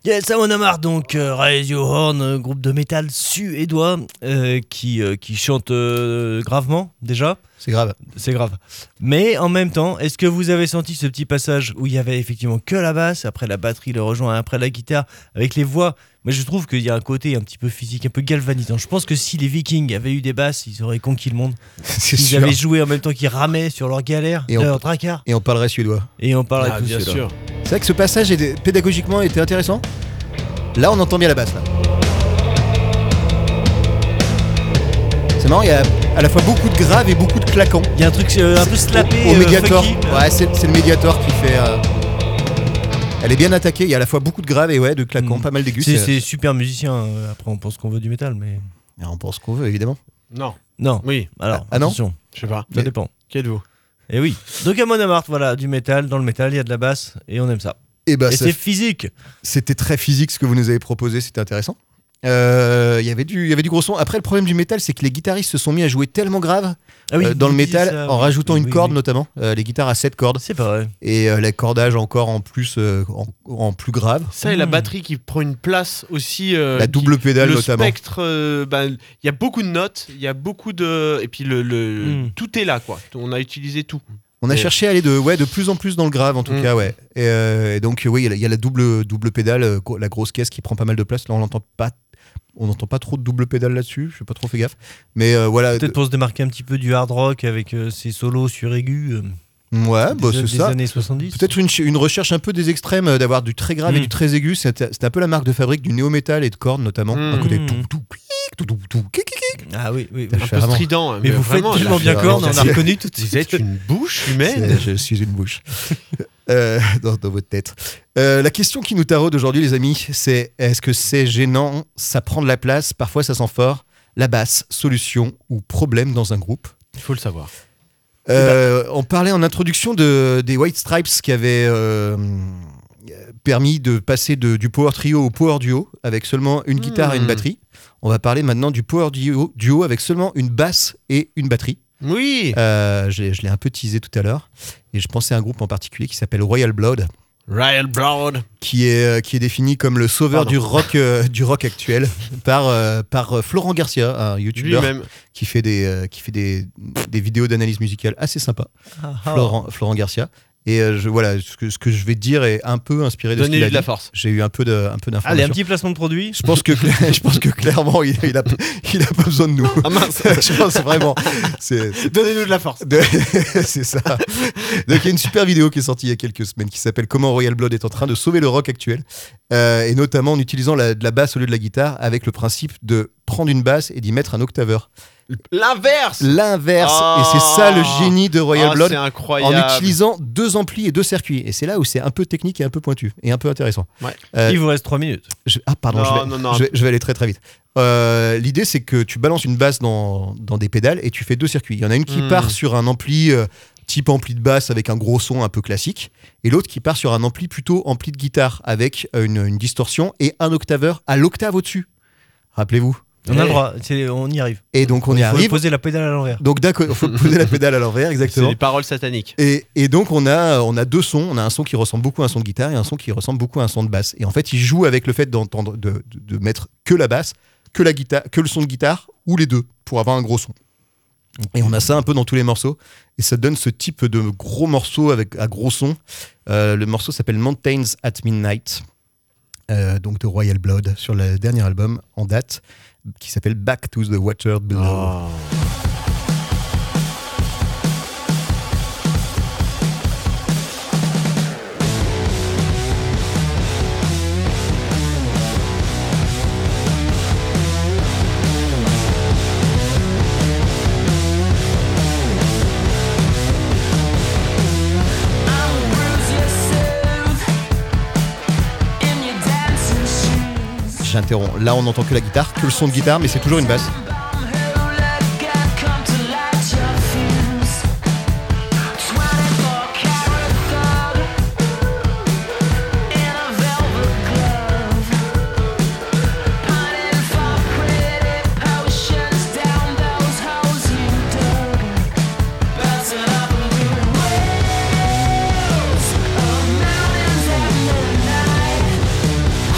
Speaker 8: Yes, I wanna marre, donc euh, Raise Your Horn, euh, groupe de métal suédois euh, qui, euh, qui chante euh, gravement déjà.
Speaker 7: C'est grave.
Speaker 8: C'est grave. Mais en même temps, est-ce que vous avez senti ce petit passage où il y avait effectivement que la basse, après la batterie le rejoint, après la guitare, avec les voix Mais je trouve qu'il y a un côté un petit peu physique, un peu galvanisant. Je pense que si les Vikings avaient eu des basses, ils auraient conquis le monde.
Speaker 7: C'est
Speaker 8: Ils
Speaker 7: sûr.
Speaker 8: avaient joué en même temps qu'ils ramaient sur leur galère,
Speaker 7: Et on-
Speaker 8: leur tracard,
Speaker 7: Et on parlerait suédois.
Speaker 8: et on parlait
Speaker 6: Ah,
Speaker 8: tous
Speaker 6: bien
Speaker 8: cela.
Speaker 6: sûr.
Speaker 7: C'est vrai que ce passage était- pédagogiquement était intéressant. Là, on entend bien la basse. là. C'est marrant, il y a à la fois beaucoup de graves et beaucoup de claquants.
Speaker 8: Il y a un truc euh, un peu slappé,
Speaker 7: Au
Speaker 8: euh,
Speaker 7: Mediator.
Speaker 8: funky.
Speaker 7: Ouais, c'est c'est le Mediator qui fait. euh, Elle est bien attaquée. Il y a à la fois beaucoup de graves et ouais, de claquants,
Speaker 8: Mm.
Speaker 7: pas mal d'aigus.
Speaker 8: C'est,
Speaker 7: ça-
Speaker 8: c'est super musicien. euh, Après, on pense qu'on veut du métal, mais
Speaker 7: Alors, On pense qu'on veut, évidemment.
Speaker 6: Non.
Speaker 8: non.
Speaker 6: Oui,
Speaker 8: Alors,
Speaker 7: Ah non
Speaker 8: attention,
Speaker 6: je sais pas.
Speaker 8: ça Mm. dépend.
Speaker 6: Qui êtes-vous
Speaker 8: Et oui. Donc à Monomart, voilà, du métal. Dans le métal, il y a de la basse et on aime ça.
Speaker 7: Et bah,
Speaker 8: et
Speaker 7: ça-
Speaker 8: c'est physique.
Speaker 7: c'était très physique ce que vous nous avez proposé. C'était intéressant. Euh, Il y avait du, il y avait du gros son. Après, le problème du métal, c'est que les guitaristes se sont mis à jouer tellement grave
Speaker 8: Ah oui,
Speaker 7: euh, dans le
Speaker 8: il dit
Speaker 7: métal
Speaker 8: ça,
Speaker 7: en
Speaker 8: oui.
Speaker 7: rajoutant une
Speaker 8: Oui,
Speaker 7: corde,
Speaker 8: oui.
Speaker 7: notamment euh, les guitares à 7 cordes
Speaker 8: C'est pas vrai.
Speaker 7: et euh, l'accordage encore en plus, euh, en, en plus grave.
Speaker 6: Ça et la
Speaker 8: Hmm.
Speaker 6: batterie qui prend une place aussi. euh,
Speaker 7: La
Speaker 6: qui-
Speaker 7: double pédale
Speaker 6: le
Speaker 7: notamment.
Speaker 6: spectre, euh, bah, il y a beaucoup de notes, il y a beaucoup de. Et puis le, le-
Speaker 8: Mm.
Speaker 6: tout est là, quoi. On a utilisé tout.
Speaker 7: On a
Speaker 6: Et-
Speaker 7: cherché à aller de, ouais, de plus en plus dans le grave, en tout
Speaker 6: Mm.
Speaker 7: cas, ouais. Et, euh, et donc, oui, il y a la- il y, a la double, double pédale, euh, gro- la grosse caisse qui prend pas mal de place. Là, on n'entend pas, on n'entend pas trop de double pédale là-dessus. Je suis pas trop fait gaffe. Mais euh, voilà.
Speaker 8: Peut-être pour se démarquer un petit peu du hard rock avec euh, ses solos sur aigus. euh,
Speaker 7: Ouais, bah,
Speaker 8: des,
Speaker 7: c'est
Speaker 8: des
Speaker 7: ça.
Speaker 8: années 70.
Speaker 7: Peut-être une, ch- une recherche un peu des extrêmes, euh, d'avoir du très grave et
Speaker 8: Mm.
Speaker 7: du très aigu. C'est c'est un peu la marque de fabrique du néo-métal et de cordes, notamment.
Speaker 6: Mm.
Speaker 7: Un côté
Speaker 8: Mm.
Speaker 7: tout, tout, clic, tout, tout, tout, clic, clic, clic.
Speaker 8: Ah oui,
Speaker 7: (laughs)
Speaker 8: oui. oui.
Speaker 7: Putain,
Speaker 6: Un
Speaker 7: je fais
Speaker 6: peu
Speaker 7: vraiment-
Speaker 6: strident.
Speaker 8: Mais vous faites
Speaker 6: vraiment,
Speaker 8: tellement
Speaker 6: elle
Speaker 8: bien
Speaker 6: a-
Speaker 8: corne, on a
Speaker 6: Vous êtes-
Speaker 8: reconnu tout de
Speaker 6: Vous êtes
Speaker 8: suite.
Speaker 6: une bouche
Speaker 7: C'est-
Speaker 6: humaine.
Speaker 7: Eh, Je suis une bouche. (laughs) Euh, dans, dans votre tête. Euh, la question qui nous taraude aujourd'hui, les amis, c'est est-ce que c'est gênant Ça prend de la place, parfois ça sent fort. La basse, solution ou problème dans un groupe
Speaker 6: Il faut le savoir.
Speaker 7: Euh, On parlait en introduction de, des White Stripes qui avaient euh, permis de passer de- du power trio au power duo avec seulement une guitare et une
Speaker 6: Hmm.
Speaker 7: batterie. On va parler maintenant du power duo, duo avec seulement une basse et une batterie.
Speaker 6: Oui.
Speaker 7: Euh, j'ai- je l'ai un peu teasé tout à l'heure. Et je pensais à un groupe en particulier qui s'appelle Royal Blood,
Speaker 6: Royal Blood.
Speaker 7: qui est, euh, qui est défini comme le sauveur
Speaker 6: Pardon.
Speaker 7: du rock, euh, du rock actuel par, euh, par euh, Florent Garcia, un youtubeur
Speaker 6: Lui-même.
Speaker 7: qui fait des, euh, qui fait des, des vidéos d'analyse musicale assez sympa.
Speaker 8: Ah, ah.
Speaker 7: Florent, Florent Garcia. Et euh, je, voilà, ce que, ce que je vais dire est un peu inspiré de ce qu'il
Speaker 6: Donnez-lui
Speaker 7: a
Speaker 6: de la
Speaker 7: dit.
Speaker 6: force.
Speaker 7: J'ai eu un peu de- un peu
Speaker 8: Allez, un
Speaker 7: d'informations.
Speaker 8: petit placement de produit.
Speaker 7: Je pense, que, (laughs) je pense que clairement, il, il, a, il a pas besoin de nous.
Speaker 6: Ah mince.
Speaker 7: (laughs) je pense vraiment. C'est,
Speaker 6: Donnez-nous de la force.
Speaker 7: De- (laughs) c'est ça. Donc il y a une super vidéo qui est sortie il y a quelques semaines qui s'appelle Comment Royal Blood est en train de sauver le rock actuel, Euh, et notamment en utilisant la, de la basse au lieu de la guitare avec le principe de prendre une basse et d'y mettre un octaveur.
Speaker 6: L'inverse.
Speaker 7: L'inverse,
Speaker 6: Oh.
Speaker 7: et c'est ça le génie de Royal
Speaker 6: Ah,
Speaker 7: Blood
Speaker 6: C'est
Speaker 7: en
Speaker 6: incroyable.
Speaker 7: utilisant deux amplis et deux circuits. Et c'est là où c'est un peu technique et un peu pointu et un peu intéressant.
Speaker 6: Ouais.
Speaker 7: Euh,
Speaker 8: Il vous reste 3 minutes.
Speaker 7: je- ah, pardon,
Speaker 6: Non,
Speaker 7: je, vais,
Speaker 6: non, non.
Speaker 7: Je, vais, je vais aller très très vite. Euh, L'idée, c'est que tu balances une basse dans, dans des pédales et tu fais deux circuits. Il y en a une qui
Speaker 6: Hmm.
Speaker 7: part sur un ampli euh, type ampli de basse avec un gros son un peu classique, et l'autre qui part sur un ampli plutôt ampli de guitare avec euh, une, une distorsion et un octaveur à l'octave au-dessus. Rappelez-vous.
Speaker 8: On a
Speaker 6: Ouais.
Speaker 8: le droit, c'est- on y arrive.
Speaker 7: Et donc on y
Speaker 8: Faut
Speaker 7: arrive.
Speaker 8: poser la pédale à l'envers.
Speaker 7: Donc d'un côté, il faut poser
Speaker 8: (laughs)
Speaker 7: la pédale à l'envers,
Speaker 6: C'est
Speaker 7: exactement.
Speaker 6: des paroles sataniques.
Speaker 7: Et, et donc on a, on a deux sons, on a un son qui ressemble beaucoup à un son de guitare et un son qui ressemble beaucoup à un son de basse. Et en fait, il joue avec le fait d'entendre, de, de- de mettre que la basse, que la guitare, que le son de guitare ou les deux pour avoir un gros son. Et on a ça un peu dans tous les morceaux et ça donne ce type de gros morceau avec à gros son. Euh, le morceau s'appelle Mountains at Midnight, euh, donc de Royal Blood sur le dernier album en date qui s'appelle Back to the Water Below. J'interromps. Là, on n'entend que la guitare, que le son de guitare, mais c'est toujours une basse.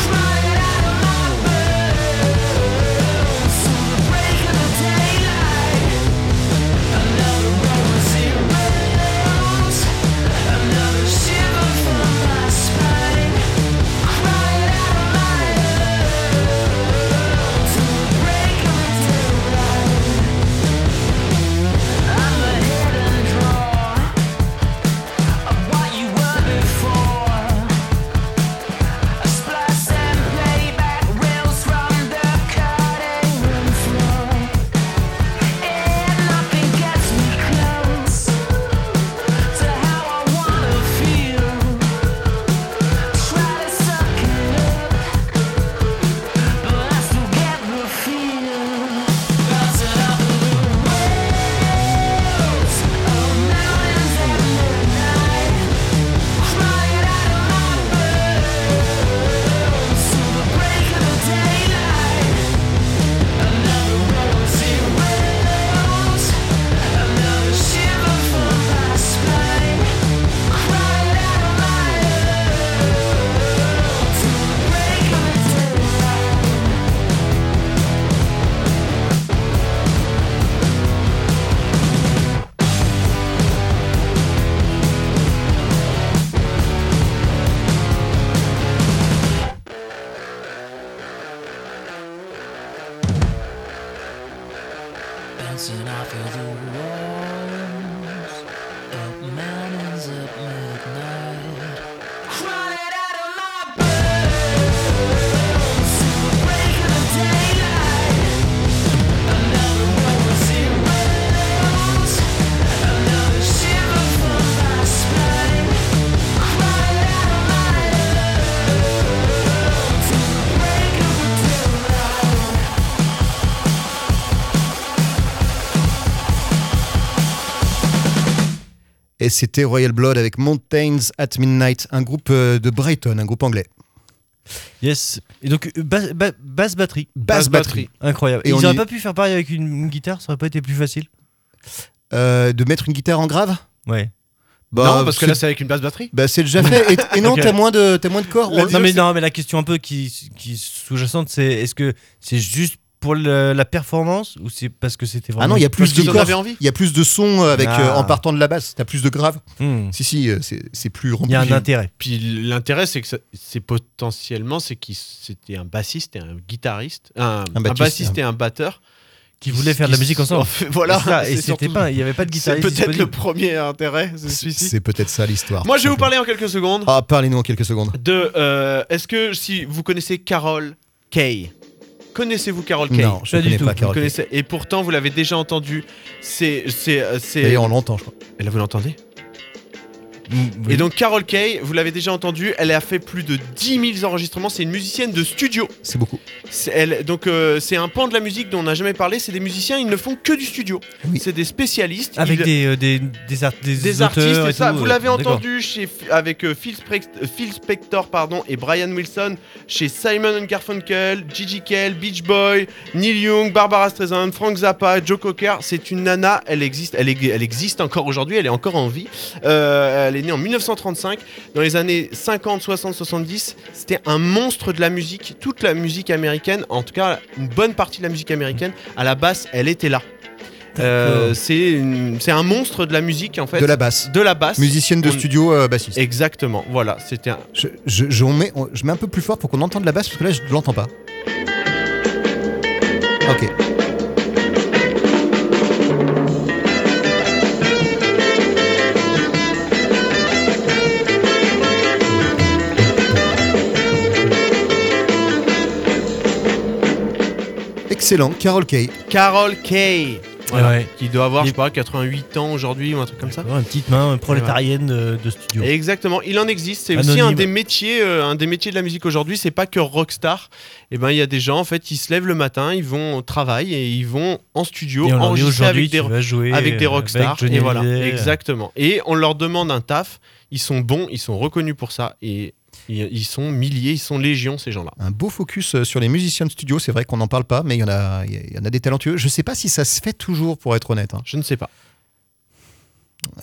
Speaker 10: Cry
Speaker 7: Et c'était Royal Blood avec Mountains at Midnight, un groupe euh, de Brighton, un groupe anglais.
Speaker 8: Yes. Et donc, euh, basse, ba- basse batterie.
Speaker 7: Basse batterie.
Speaker 8: Incroyable.
Speaker 7: Et
Speaker 8: Et
Speaker 7: on
Speaker 8: ils n'auraient
Speaker 7: y-
Speaker 8: pas pu faire pareil avec une, une guitare, ça aurait pas été plus facile.
Speaker 7: Euh, de mettre une guitare en grave
Speaker 8: Ouais.
Speaker 7: Bah,
Speaker 6: non, parce que
Speaker 7: c'est-
Speaker 6: là, c'est avec une basse batterie.
Speaker 7: bah, c'est déjà fait. Et, et
Speaker 6: (laughs)
Speaker 7: non,
Speaker 6: Ok.
Speaker 7: t'as moins de, t'as moins de corps. Oh,
Speaker 8: non, mais, non, mais la question un peu qui, qui est sous-jacente, c'est est-ce que c'est juste pour le- la performance ou c'est parce que c'était vraiment.
Speaker 7: Ah non, il y a
Speaker 6: Parce
Speaker 7: plus
Speaker 6: que
Speaker 7: de
Speaker 6: t'en
Speaker 7: corps.
Speaker 6: avais envie.
Speaker 7: Il y a plus de son avec
Speaker 8: Ah.
Speaker 7: euh, en partant de la basse. T'as plus de grave.
Speaker 8: Hmm.
Speaker 7: Si si, euh, c'est c'est plus
Speaker 8: Il
Speaker 7: rempli.
Speaker 8: y a un intérêt.
Speaker 6: Puis l'intérêt, c'est que ça- c'est potentiellement, c'est que c'était un bassiste et un guitariste, un,
Speaker 7: Un
Speaker 6: un
Speaker 7: bassiste,
Speaker 6: bassiste et un batteur
Speaker 8: hein. Qui voulaient faire de la
Speaker 6: qui
Speaker 8: musique
Speaker 6: se sont
Speaker 8: ensemble.
Speaker 6: fait- Voilà.
Speaker 8: C'est ça, et
Speaker 6: c'est
Speaker 8: c'était
Speaker 6: surtout-
Speaker 8: pas, il n'y avait pas de
Speaker 6: C'est
Speaker 8: guitariste.
Speaker 6: peut-être le
Speaker 8: disponible.
Speaker 6: premier intérêt, c'est celui-ci.
Speaker 7: C'est peut-être ça l'histoire.
Speaker 6: Moi, je vais vous parler en quelques secondes
Speaker 7: Ah, parlez-nous en quelques secondes.
Speaker 6: de. euh, Est-ce que si vous connaissez Carole Kay Connaissez-vous Carole Kay
Speaker 7: Non, je
Speaker 8: Pas
Speaker 7: ne
Speaker 8: du
Speaker 7: connais
Speaker 8: tout.
Speaker 7: pas
Speaker 6: Vous
Speaker 7: Carole.
Speaker 6: connaissez, et pourtant vous l'avez déjà entendu. C'est, c'est, euh, c'est.
Speaker 7: D'ailleurs, on l'entend, je crois.
Speaker 6: Et là vous l'entendez.
Speaker 8: Mm, oui.
Speaker 6: Et donc Carole Kay, vous l'avez déjà entendu, elle a fait plus de 10 000 enregistrements. C'est une musicienne de studio.
Speaker 7: C'est beaucoup.
Speaker 6: C'est- elle- donc euh, c'est un pan de la musique dont on n'a jamais parlé. C'est des musiciens, ils ne font que du studio.
Speaker 7: Oui.
Speaker 6: C'est des spécialistes.
Speaker 8: Avec
Speaker 6: ils-
Speaker 8: des, euh, des, des, art- des,
Speaker 6: des
Speaker 8: auteurs
Speaker 6: artistes et,
Speaker 8: et
Speaker 6: ça.
Speaker 8: tout,
Speaker 6: Vous
Speaker 8: euh,
Speaker 6: l'avez
Speaker 8: d'accord.
Speaker 6: entendu chez, avec euh, Phil, Sprex- euh, Phil Spector pardon, et Brian Wilson, chez Simon and Garfunkel, Gigi Kell, Beach Boy, Neil Young, Barbara Streisand, Frank Zappa, Joe Cocker. C'est une nana, elle existe, elle, est- elle existe encore aujourd'hui, elle est encore en vie. Euh, elle est née en 1935. Dans les années 50, 60, 70, c'était un monstre de la musique. Toute la musique américaine, en tout cas une bonne partie de la musique américaine, à la basse, elle était là. Euh, c'est une- c'est un monstre de la musique en fait
Speaker 7: De la basse.
Speaker 6: de la basse.
Speaker 7: Musicienne de
Speaker 6: On-
Speaker 7: studio, euh, bassiste.
Speaker 6: Exactement, voilà, c'était un...
Speaker 7: Je, je- je mets, on- je mets un peu plus fort pour qu'on entende la basse parce que là je ne l'entends pas. Ok. Excellent, Carole Kay.
Speaker 6: Carole Kay,
Speaker 8: Voilà. Ouais.
Speaker 6: qui doit avoir,
Speaker 8: Il-
Speaker 6: je sais pas, 88 ans aujourd'hui ou un truc comme ça.
Speaker 8: D'accord, Une petite main euh, prolétarienne de, de studio.
Speaker 6: Et Exactement, il en existe. C'est aussi
Speaker 8: Anonyme.
Speaker 6: un des métiers, euh, un des métiers de la musique aujourd'hui. C'est pas que rockstar. Et ben, il y a des gens en fait qui se lèvent le matin, ils vont au travail et ils vont en studio
Speaker 8: Et on en est
Speaker 6: enregistrer
Speaker 8: aujourd'hui,
Speaker 6: avec des
Speaker 8: tu vas jouer
Speaker 6: avec des
Speaker 8: euh,
Speaker 6: rockstars
Speaker 8: avec Johnny
Speaker 6: et voilà
Speaker 8: Hallyday, euh,
Speaker 6: exactement et on leur demande un taf ils sont bons ils sont reconnus pour ça et ils ils sont milliers ils sont légions ces gens là
Speaker 7: Un beau focus euh, sur les musiciens de studio. C'est vrai qu'on n'en parle pas, mais il y, en a- il y en a des talentueux. Je ne sais pas si ça se fait toujours, pour être honnête. hein.
Speaker 6: je ne sais pas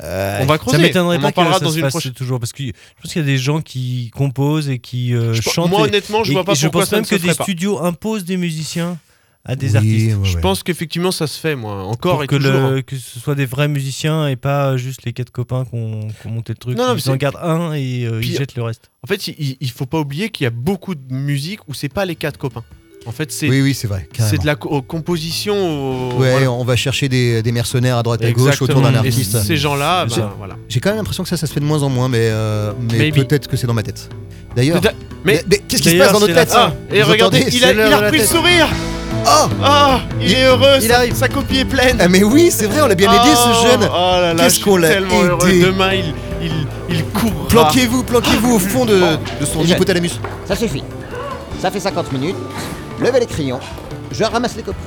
Speaker 7: Euh,
Speaker 6: on va
Speaker 8: Ça
Speaker 6: creuser
Speaker 8: m'étonnerait
Speaker 6: on
Speaker 8: pas
Speaker 6: en
Speaker 8: que ça
Speaker 6: parlera
Speaker 8: se
Speaker 6: dans une
Speaker 8: fasse
Speaker 6: prochaine
Speaker 8: toujours parce que je pense qu'il y a des gens qui composent et qui euh,
Speaker 6: Je pense-
Speaker 8: chantent.
Speaker 6: moi
Speaker 8: et-
Speaker 6: honnêtement je
Speaker 8: et-
Speaker 6: vois pas
Speaker 8: et je
Speaker 6: pourquoi
Speaker 8: pense
Speaker 6: ça
Speaker 8: même
Speaker 6: ne se
Speaker 8: que des
Speaker 6: ferait pas
Speaker 8: studios imposent des musiciens à des
Speaker 7: oui, ouais,
Speaker 8: artistes.
Speaker 6: je
Speaker 7: ouais.
Speaker 6: pense qu'effectivement ça se fait moi encore
Speaker 8: pour
Speaker 6: et
Speaker 8: que,
Speaker 6: toujours
Speaker 8: le-
Speaker 6: hein.
Speaker 8: que ce soit des vrais musiciens et pas euh, juste les quatre copains qui ont qui ont monté le truc.
Speaker 6: Non, non, mais
Speaker 8: ils en
Speaker 6: c'est-
Speaker 8: gardent un et euh,
Speaker 6: Puis-
Speaker 8: ils jettent le reste.
Speaker 6: en fait il, il faut pas oublier qu'il y a beaucoup de musique où c'est pas les quatre copains en fait c'est
Speaker 7: Oui, oui, c'est vrai.
Speaker 6: c'est
Speaker 7: carrément.
Speaker 6: de la co- aux composition au-
Speaker 7: Ouais,
Speaker 6: voilà.
Speaker 7: on va chercher des, des mercenaires à droite à gauche autour
Speaker 6: Exactement.
Speaker 7: d'un
Speaker 6: Et
Speaker 7: artiste.
Speaker 6: ces gens là
Speaker 7: C'est-
Speaker 6: voilà
Speaker 7: J'ai quand même l'impression que ça, ça se fait de moins en moins, mais, euh, mais
Speaker 6: Maybe.
Speaker 7: peut-être que c'est dans ma tête. D'ailleurs,
Speaker 6: Peut-être- mais-
Speaker 7: mais qu'est-ce qui se
Speaker 8: D'ailleurs,
Speaker 7: passe dans notre
Speaker 8: c'est la-
Speaker 7: tête
Speaker 6: ah,
Speaker 7: ça
Speaker 6: et
Speaker 7: Vous
Speaker 6: regardez
Speaker 7: entendez
Speaker 6: il a,
Speaker 7: C'est l'heure
Speaker 6: il a
Speaker 7: de la
Speaker 6: repris le
Speaker 7: tête.
Speaker 6: sourire
Speaker 7: Oh
Speaker 6: ah il,
Speaker 7: Il-
Speaker 6: est heureux
Speaker 7: il
Speaker 6: sa-
Speaker 7: arrive.
Speaker 6: sa copie est pleine
Speaker 7: Ah, mais oui, c'est vrai, on l'a bien aidé ce jeune.
Speaker 6: Oh là là,
Speaker 7: Qu'est-ce
Speaker 6: je suis
Speaker 7: qu'on l'a
Speaker 6: tellement heureux.
Speaker 7: aidé.
Speaker 6: Demain, il, il, il courra.
Speaker 7: Planquez-vous, planquez-vous au fond de, de son
Speaker 4: Déjà.
Speaker 7: hypothalamus.
Speaker 4: Ça suffit. Ça fait 50 minutes. Levez les crayons. Je ramasse les copies.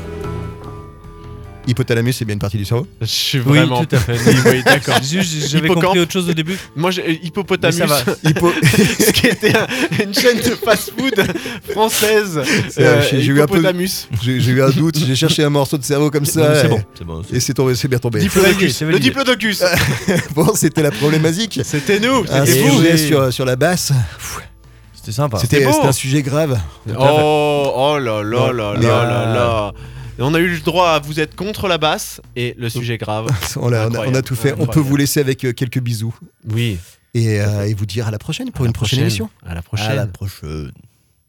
Speaker 7: Hypothalamus, c'est bien une partie du cerveau.
Speaker 6: Je suis vraiment.
Speaker 8: tout à fait.
Speaker 6: (laughs) Oui, oui,
Speaker 7: (laughs)
Speaker 6: d'accord.
Speaker 8: Juste, J'avais
Speaker 6: Hippocampe.
Speaker 8: compris autre chose au début.
Speaker 6: Moi, j'ai- euh, Hippopotamus,
Speaker 8: Mais ça va.
Speaker 7: Hippo...
Speaker 6: (laughs) ce qui était un- une chaîne de fast-food française.
Speaker 7: C'est- j'ai- j'ai eu un peu-
Speaker 6: Hippopotamus.
Speaker 7: (laughs) j'ai j'ai eu un doute, j'ai cherché un morceau de cerveau comme ça.
Speaker 8: c'est
Speaker 7: et-
Speaker 8: bon, c'est bon.
Speaker 7: Et c'est tombé, c'est bien tombé.
Speaker 8: C'est validé,
Speaker 6: Diplodocus.
Speaker 8: c'est
Speaker 6: Le
Speaker 8: validé.
Speaker 6: diplodocus.
Speaker 7: (laughs) bon, c'était la problématique.
Speaker 6: C'était nous.
Speaker 7: Un
Speaker 6: C'était vous.
Speaker 7: sujet Ah, sur, sur la basse.
Speaker 8: C'était sympa.
Speaker 7: C'était
Speaker 6: beau.
Speaker 7: c'était un sujet grave.
Speaker 6: Oh, oh là là là là
Speaker 7: Mais, euh,
Speaker 6: là là. Et On a eu le droit à vous êtes contre la basse et le sujet grave.
Speaker 7: On a, on a- on a
Speaker 6: Incroyable.
Speaker 7: tout fait. On peut
Speaker 6: Incroyable.
Speaker 7: vous laisser avec euh, quelques bisous.
Speaker 6: Oui.
Speaker 7: et, euh, et vous dire à la prochaine pour une prochaine émission.
Speaker 6: À la
Speaker 8: À
Speaker 6: prochaine.
Speaker 8: la prochaine.